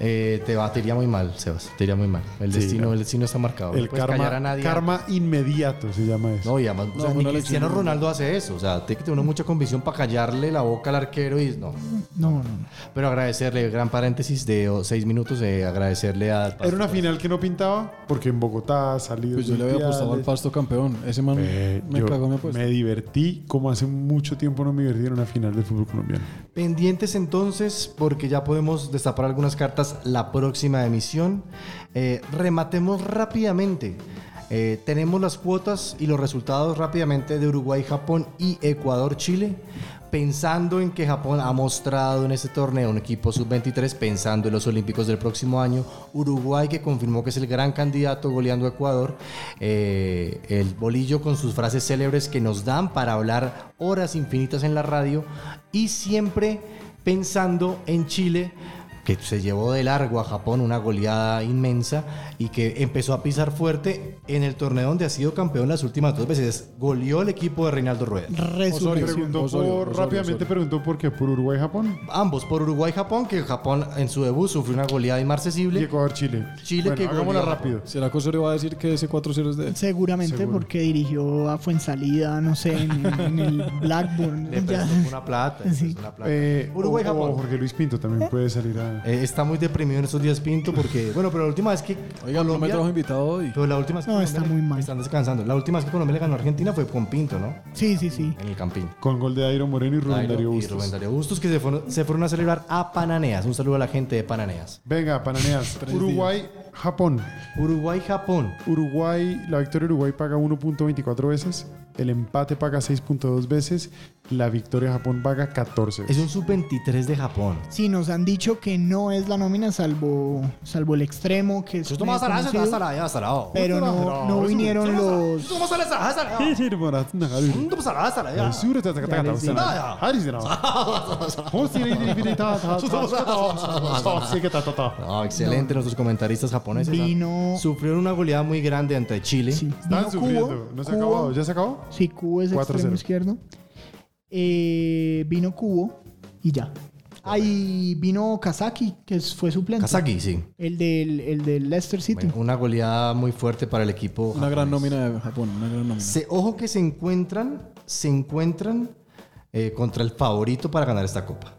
Eh, te va, te iría muy mal, Sebas. Te iría muy mal. El
Sí,
destino,
claro.
el destino está marcado.
El
no puedes
karma,
callar a nadie.
karma inmediato se llama eso.
No, y además, o sea,
No,
ni
una
Cristiano
lección.
Ronaldo hace eso. O sea, tiene que tener mucha convicción para callarle la boca al arquero y no.
No, no, no.
Pero agradecerle, gran paréntesis de oh, seis minutos, eh, agradecerle a.
Era una final que no pintaba porque en Bogotá ha salido.
Pues yo le había apostado al Pasto campeón. Ese man me cagó mi apuesta.
Eh, me divertí como hace mucho tiempo no me divertí en una final del fútbol colombiano.
Pendientes entonces, porque ya podemos destapar algunas cartas la próxima emisión. Eh, rematemos rápidamente. Eh, tenemos las cuotas y los resultados rápidamente de Uruguay, Japón y Ecuador, Chile. Pensando en que Japón ha mostrado en este torneo un equipo sub-23, pensando en los Olímpicos del próximo año. Uruguay que confirmó que es el gran candidato goleando a Ecuador. Eh, el bolillo con sus frases célebres que nos dan para hablar horas infinitas en la radio. Y siempre pensando en Chile, que se llevó de largo a Japón una goleada inmensa y que empezó a pisar fuerte en el torneo donde ha sido campeón las últimas dos veces. Goleó el equipo de Reinaldo Rueda.
Osorio
Resurrección.
preguntó
Osorio,
por-
Osorio,
rápidamente
Osorio.
preguntó por qué por Uruguay Japón
Ambos por Uruguay y Japón, que Japón en su debut sufrió una goleada
y
inmarcesible.
Ecuador Chile.
Chile
Bueno,
que
hagámosla
goleó.
rápido.
¿Será que Osorio va a decir que ese 4-0 es de él?
Seguramente
Seguro.
porque dirigió a Fuensalida, no sé, en, en el Blackburn.
Le
ya.
prestó una plata. le
Sí.
prestó una plata.
Eh,
Uruguay,
o- o
Japón.
Jorge Luis Pinto también puede salir a.
Eh, está muy deprimido en estos días Pinto porque, bueno, pero la última vez que
Oiga, no me
Colombia-
trajo invitado hoy.
pero la última vez que
No,
Colombia
está
le-
muy mal.
Están descansando. La última vez que Colombia le ganó a Argentina fue con Pinto, ¿no?
Sí, sí, sí.
En el Campín.
Con gol de Dairo Moreno y Rubén
Dairo
Darío
y Rubén
Bustos.
Darío Bustos que se fueron, se fueron a celebrar a Pananeas. Un saludo a la gente de Pananeas.
Venga, Pananeas. Uruguay, Japón.
Uruguay, Japón.
Uruguay, la victoria de Uruguay paga 1.24 veces, el empate paga 6.2 veces, la victoria de Japón paga 14
Es
veces.
un sub-23 de Japón.
Sí, nos han dicho que no es la nómina salvo, salvo el extremo, que es medio conocido, pero no, no vinieron los...
No, excelente nuestros comentaristas japoneses. ¿ah?
Vino-
Sufrieron una goleada muy grande ante Chile.
Sí,
Están
vino
sufriendo.
Cubo,
No se ha
Cubo-
acabado. ¿Ya se acabó?
Sí, Cubo es
4-0.
extremo izquierdo. Eh, vino Cubo y ya. Ahí vino Kazaki, que es- fue suplente.
Kazaki, sí.
El del, el del Leicester City.
Bueno, una goleada muy fuerte para el equipo.
Una
japonés.
gran nómina de Japón, una gran nómina.
Se- ojo que se encuentran, se encuentran eh, contra el favorito para ganar esta copa.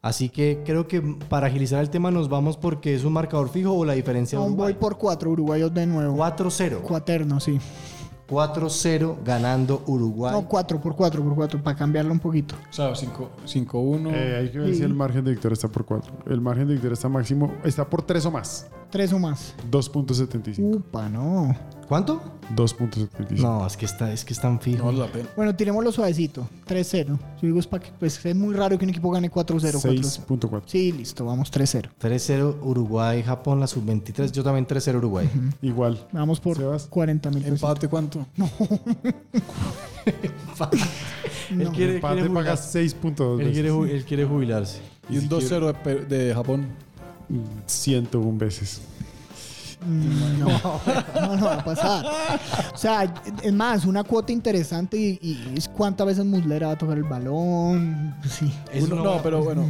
Así que creo que para agilizar el tema nos vamos porque es un marcador fijo o la diferencia
Aún voy
Uruguay.
por cuatro uruguayos de nuevo.
4-0.
Cuaterno, sí.
4-0 ganando Uruguay.
No, cuatro por cuatro por cuatro, para cambiarlo un poquito.
O sea, 5-1.
Eh, hay que ver si el margen de victoria está por 4. El margen de victoria está máximo, está por 3 o más.
Tres o más.
2.75.
Upa, no.
¿Cuánto?
2.75.
No, es que está, es que están
no
fijos.
vale la pena.
Bueno, tirémoslo suavecito. 3-0. Yo digo, es para que, pues es muy raro que un equipo gane 4-0. 4-0.
6.4.
Sí, listo, vamos 3-0.
3-0 Uruguay, Japón, la sub-23. Yo también 3-0 Uruguay.
Igual.
Vamos por
Sebas.
40
pues
mil pesos.
¿Empate cuánto?
él quiere, quiere
Empate paga
jubilarse.
6.2
Él quiere,
veces.
ju- él quiere jubilarse.
Y un 2-0 de Per- de Japón.
101 veces.
Mm, No, no, no va a pasar. O sea, es más, una cuota interesante y, y es cuántas veces Muslera va a tocar el balón. Sí.
Es
Uno-
una
no,
buena-
pero bueno.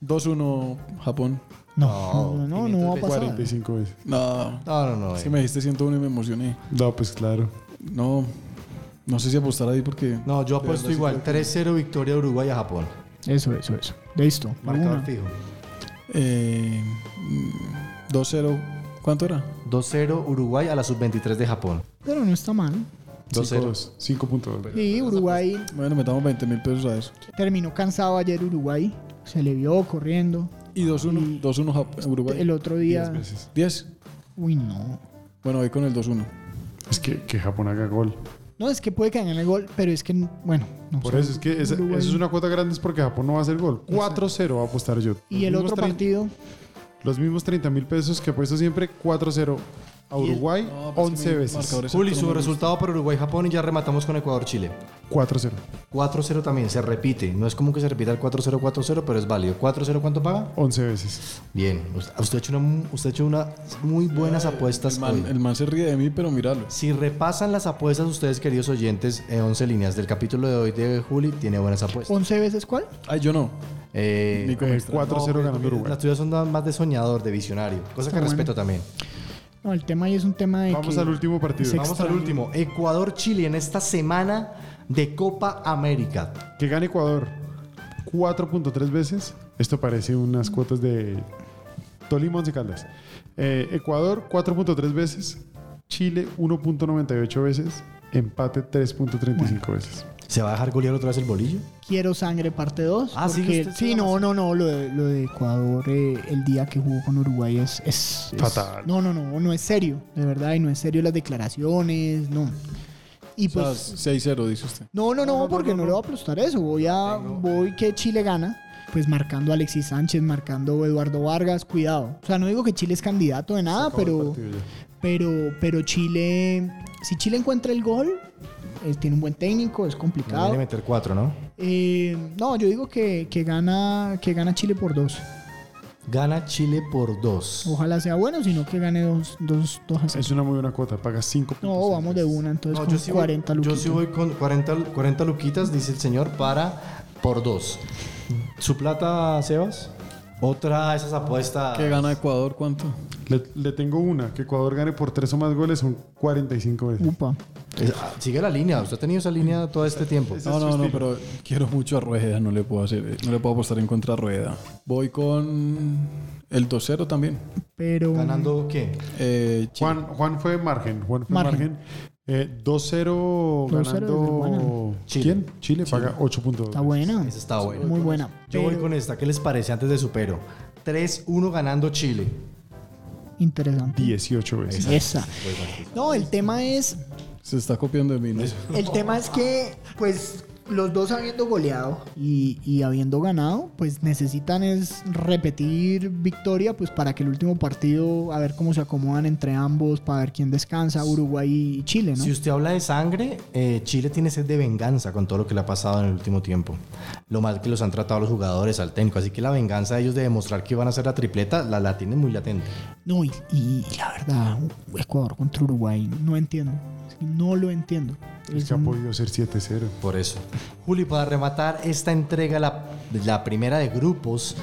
2-1 Japón.
No,
No,
no, no, no va a pasar.
45 veces.
No.
No, no, no.
Es
eh.
que me dijiste 101 y me emocioné.
No, pues claro.
No. No sé si apostar ahí porque.
No, yo apuesto
Pero no
igual.
sé creo
3-0 victoria de Uruguay a Japón.
Eso, eso, eso. Listo.
Marcador
Una.
fijo.
Eh, mm, 2-0. ¿Cuánto era?
2-0 Uruguay a la sub-23 de Japón.
Pero no está mal.
2-0.
5.2. 5.2.
Y Uruguay
Bueno, metamos 20 mil pesos a eso.
terminó cansado ayer Uruguay. Se le vio corriendo.
Y 2-1. 2-1 Jap- Uruguay.
Ah, El otro
10
día.
veces.
10.
Uy, no.
Bueno, voy con el 2-1.
Es que, que Japón haga gol.
No, es que puede que en el gol, pero es que, bueno, no
Por
sé.
eso es que esa,
Uruguay.
eso es una cuota grande, es porque Japón no va a hacer gol. 4-0 va a apostar yo.
Y el
Los
otro
mismos trein-
partido,
Los mismos 30 mil pesos que apuesto siempre, 4-0 a Uruguay,
pues
11 veces.
Marcadores
Juli,
exactos
su
no me gustan.
resultado para Uruguay-Japón y ya rematamos con Ecuador-Chile.
4-0.
4-0 también, se repite. No es común que se repita el 4-0, 4-0, pero es válido. ¿4-0 cuánto paga?
11 veces.
Bien. Usted usted ha hecho, una- usted ha hecho unas muy buenas apuestas.
Eh, El man,
hoy.
el man se ríe de mí, pero míralo.
Si repasan las apuestas, ustedes, queridos oyentes, en 11 líneas del capítulo de hoy de Juli, tiene buenas apuestas.
11 veces cuál?
Ay, yo no.
Eh,
Oh, Ni
Eh, 4-0 ganando Uruguay.
Las tuyas son más de soñador, de visionario. Cosa que
bueno.
respeto también.
No, el tema ahí es un tema de
Vamos
que
al último partido.
se-
Vamos al
Extraño.
último. Ecuador-Chile en esta semana de Copa América.
Que gane Ecuador 4.3 veces. Esto parece unas cuotas de Tolima, Once Caldas. Eh, Ecuador 4.3 veces. Chile 1.98 veces. Empate 3.35 veces.
¿Se va a dejar golear otra vez el bolillo?
Quiero Sangre parte 2.
Ah, sí,
porque-
usted se
sí,
llama
no, no, no, lo de, lo de Ecuador eh, el día que jugó con Uruguay es, es- es-
Fatal.
No, no, no, no es serio, de verdad, y no es serio las declaraciones, no. Y
O
pues...
sea, 6-0, dice usted.
No, no, no, porque no, le voy a apostar eso. Voy a, voy que Chile gana, pues marcando a Alexis Sánchez, marcando a Eduardo Vargas, cuidado. O sea, no digo que Chile es candidato de nada, pero, pero, pero Chile, si Chile encuentra el gol, eh, tiene un buen técnico, es
No viene a
complicado.
meter cuatro, ¿no?
Eh, no, yo digo que, que gana, que gana Chile por dos.
Gana Chile por dos.
Ojalá sea bueno, sino que gane dos, dos, dos a cero.
Es una muy buena cuota. Paga 5.
No, vamos de una, entonces
No,
con 40
voy, yo
luquitas.
sí voy con 40, 40 luquitas, dice el señor, para por dos. ¿Su plata, Sebas? Otra de esas apuestas.
¿Qué gana Ecuador? ¿Cuánto?
Le, le tengo una. Que Ecuador gane por 3 o más goles son 45 veces.
Upa.
Es- ah, Sigue la línea. Usted ha tenido esa línea todo este tiempo.
Ese
No,
es su
no, no,
estilo.
pero quiero mucho a Rueda, no le puedo hacer, no le puedo apostar en contra a Rueda. Voy con el 2-0 también.
Pero.
¿Ganando qué?
Eh, Chile.
Juan, Juan fue margen. Juan fue
Margen.
margen. Eh, 2-0
2-0 desde
ganando.
buena.
Chile.
¿Quién? Chile, paga 8.2.
Está buena.
Esa está buena.
Muy buena.
Yo voy
pero-
con esta. ¿Qué les parece antes de supero? 3-1 ganando Chile.
Interesante.
18 veces.
Esa. No, el tema es.
Se está copiando de mí. ¿no?
El tema es que, pues, los dos habiendo goleado y, y habiendo ganado, pues necesitan es repetir victoria, pues para que el último partido, a ver cómo se acomodan entre ambos, para ver quién descansa, Uruguay y Chile, ¿no?
Si usted habla de sangre, eh, Chile tiene sed de venganza con todo lo que le ha pasado en el último tiempo. Lo mal que los han tratado los jugadores al técnico. Así que la venganza de ellos de demostrar que van a hacer la tripleta, la, la tienen muy latente.
No, y, y la verdad, Ecuador contra Uruguay, no entiendo. No lo entiendo.
Es que ha podido ser 7-0.
Por eso. Juli, para rematar esta entrega, la, la primera de grupos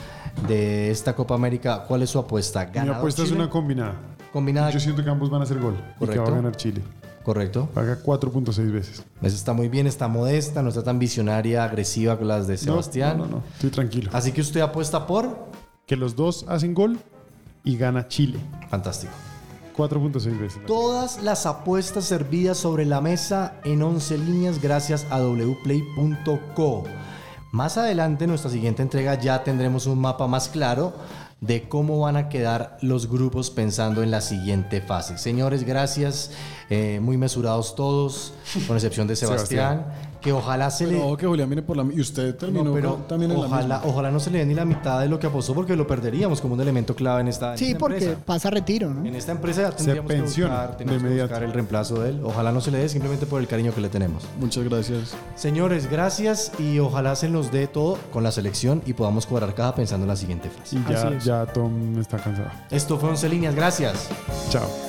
de esta Copa América, ¿cuál es su apuesta?
Mi
¿Ganador
apuesta es
Chile?
una combinada.
combinada.
Yo siento que ambos van a hacer gol. Y que
Correcto.
va a ganar Chile.
Correcto.
Paga 4.6 veces.
Esa está muy bien, está modesta, no está tan visionaria, agresiva con las de
No,
Sebastián.
No, no, no, estoy tranquilo.
Así que usted apuesta por.
Que los dos hacen gol y gana Chile.
Fantástico.
4.6 veces.
Todas las apuestas servidas sobre la mesa en 11 líneas gracias a wplay.co. Más adelante en nuestra siguiente entrega ya tendremos un mapa más claro de cómo van a quedar los grupos pensando en la siguiente fase. Señores, gracias. eh, muy mesurados todos, con excepción de Sebastián. Que ojalá se le...
Pero ojo que Julián viene por la... Y usted terminó
No, pero
con- también en la
ojalá,
misma.
ojalá no se le dé ni la mitad de lo que apostó porque lo perderíamos como un elemento clave en esta, en
Sí,
esta
porque
empresa.
pasa retiro, ¿no?
En esta empresa ya tendríamos que
pensiona
buscar,
de
tenemos que
inmediato.
buscar el reemplazo de él. Ojalá no se le dé simplemente por el cariño que le tenemos.
Muchas gracias.
Señores, gracias y ojalá se nos dé todo con la selección y podamos cobrar caja pensando en la siguiente fase.
Y ya,
Así es.
ya Tom está cansado.
Esto fue 11 líneas, gracias.
Chao.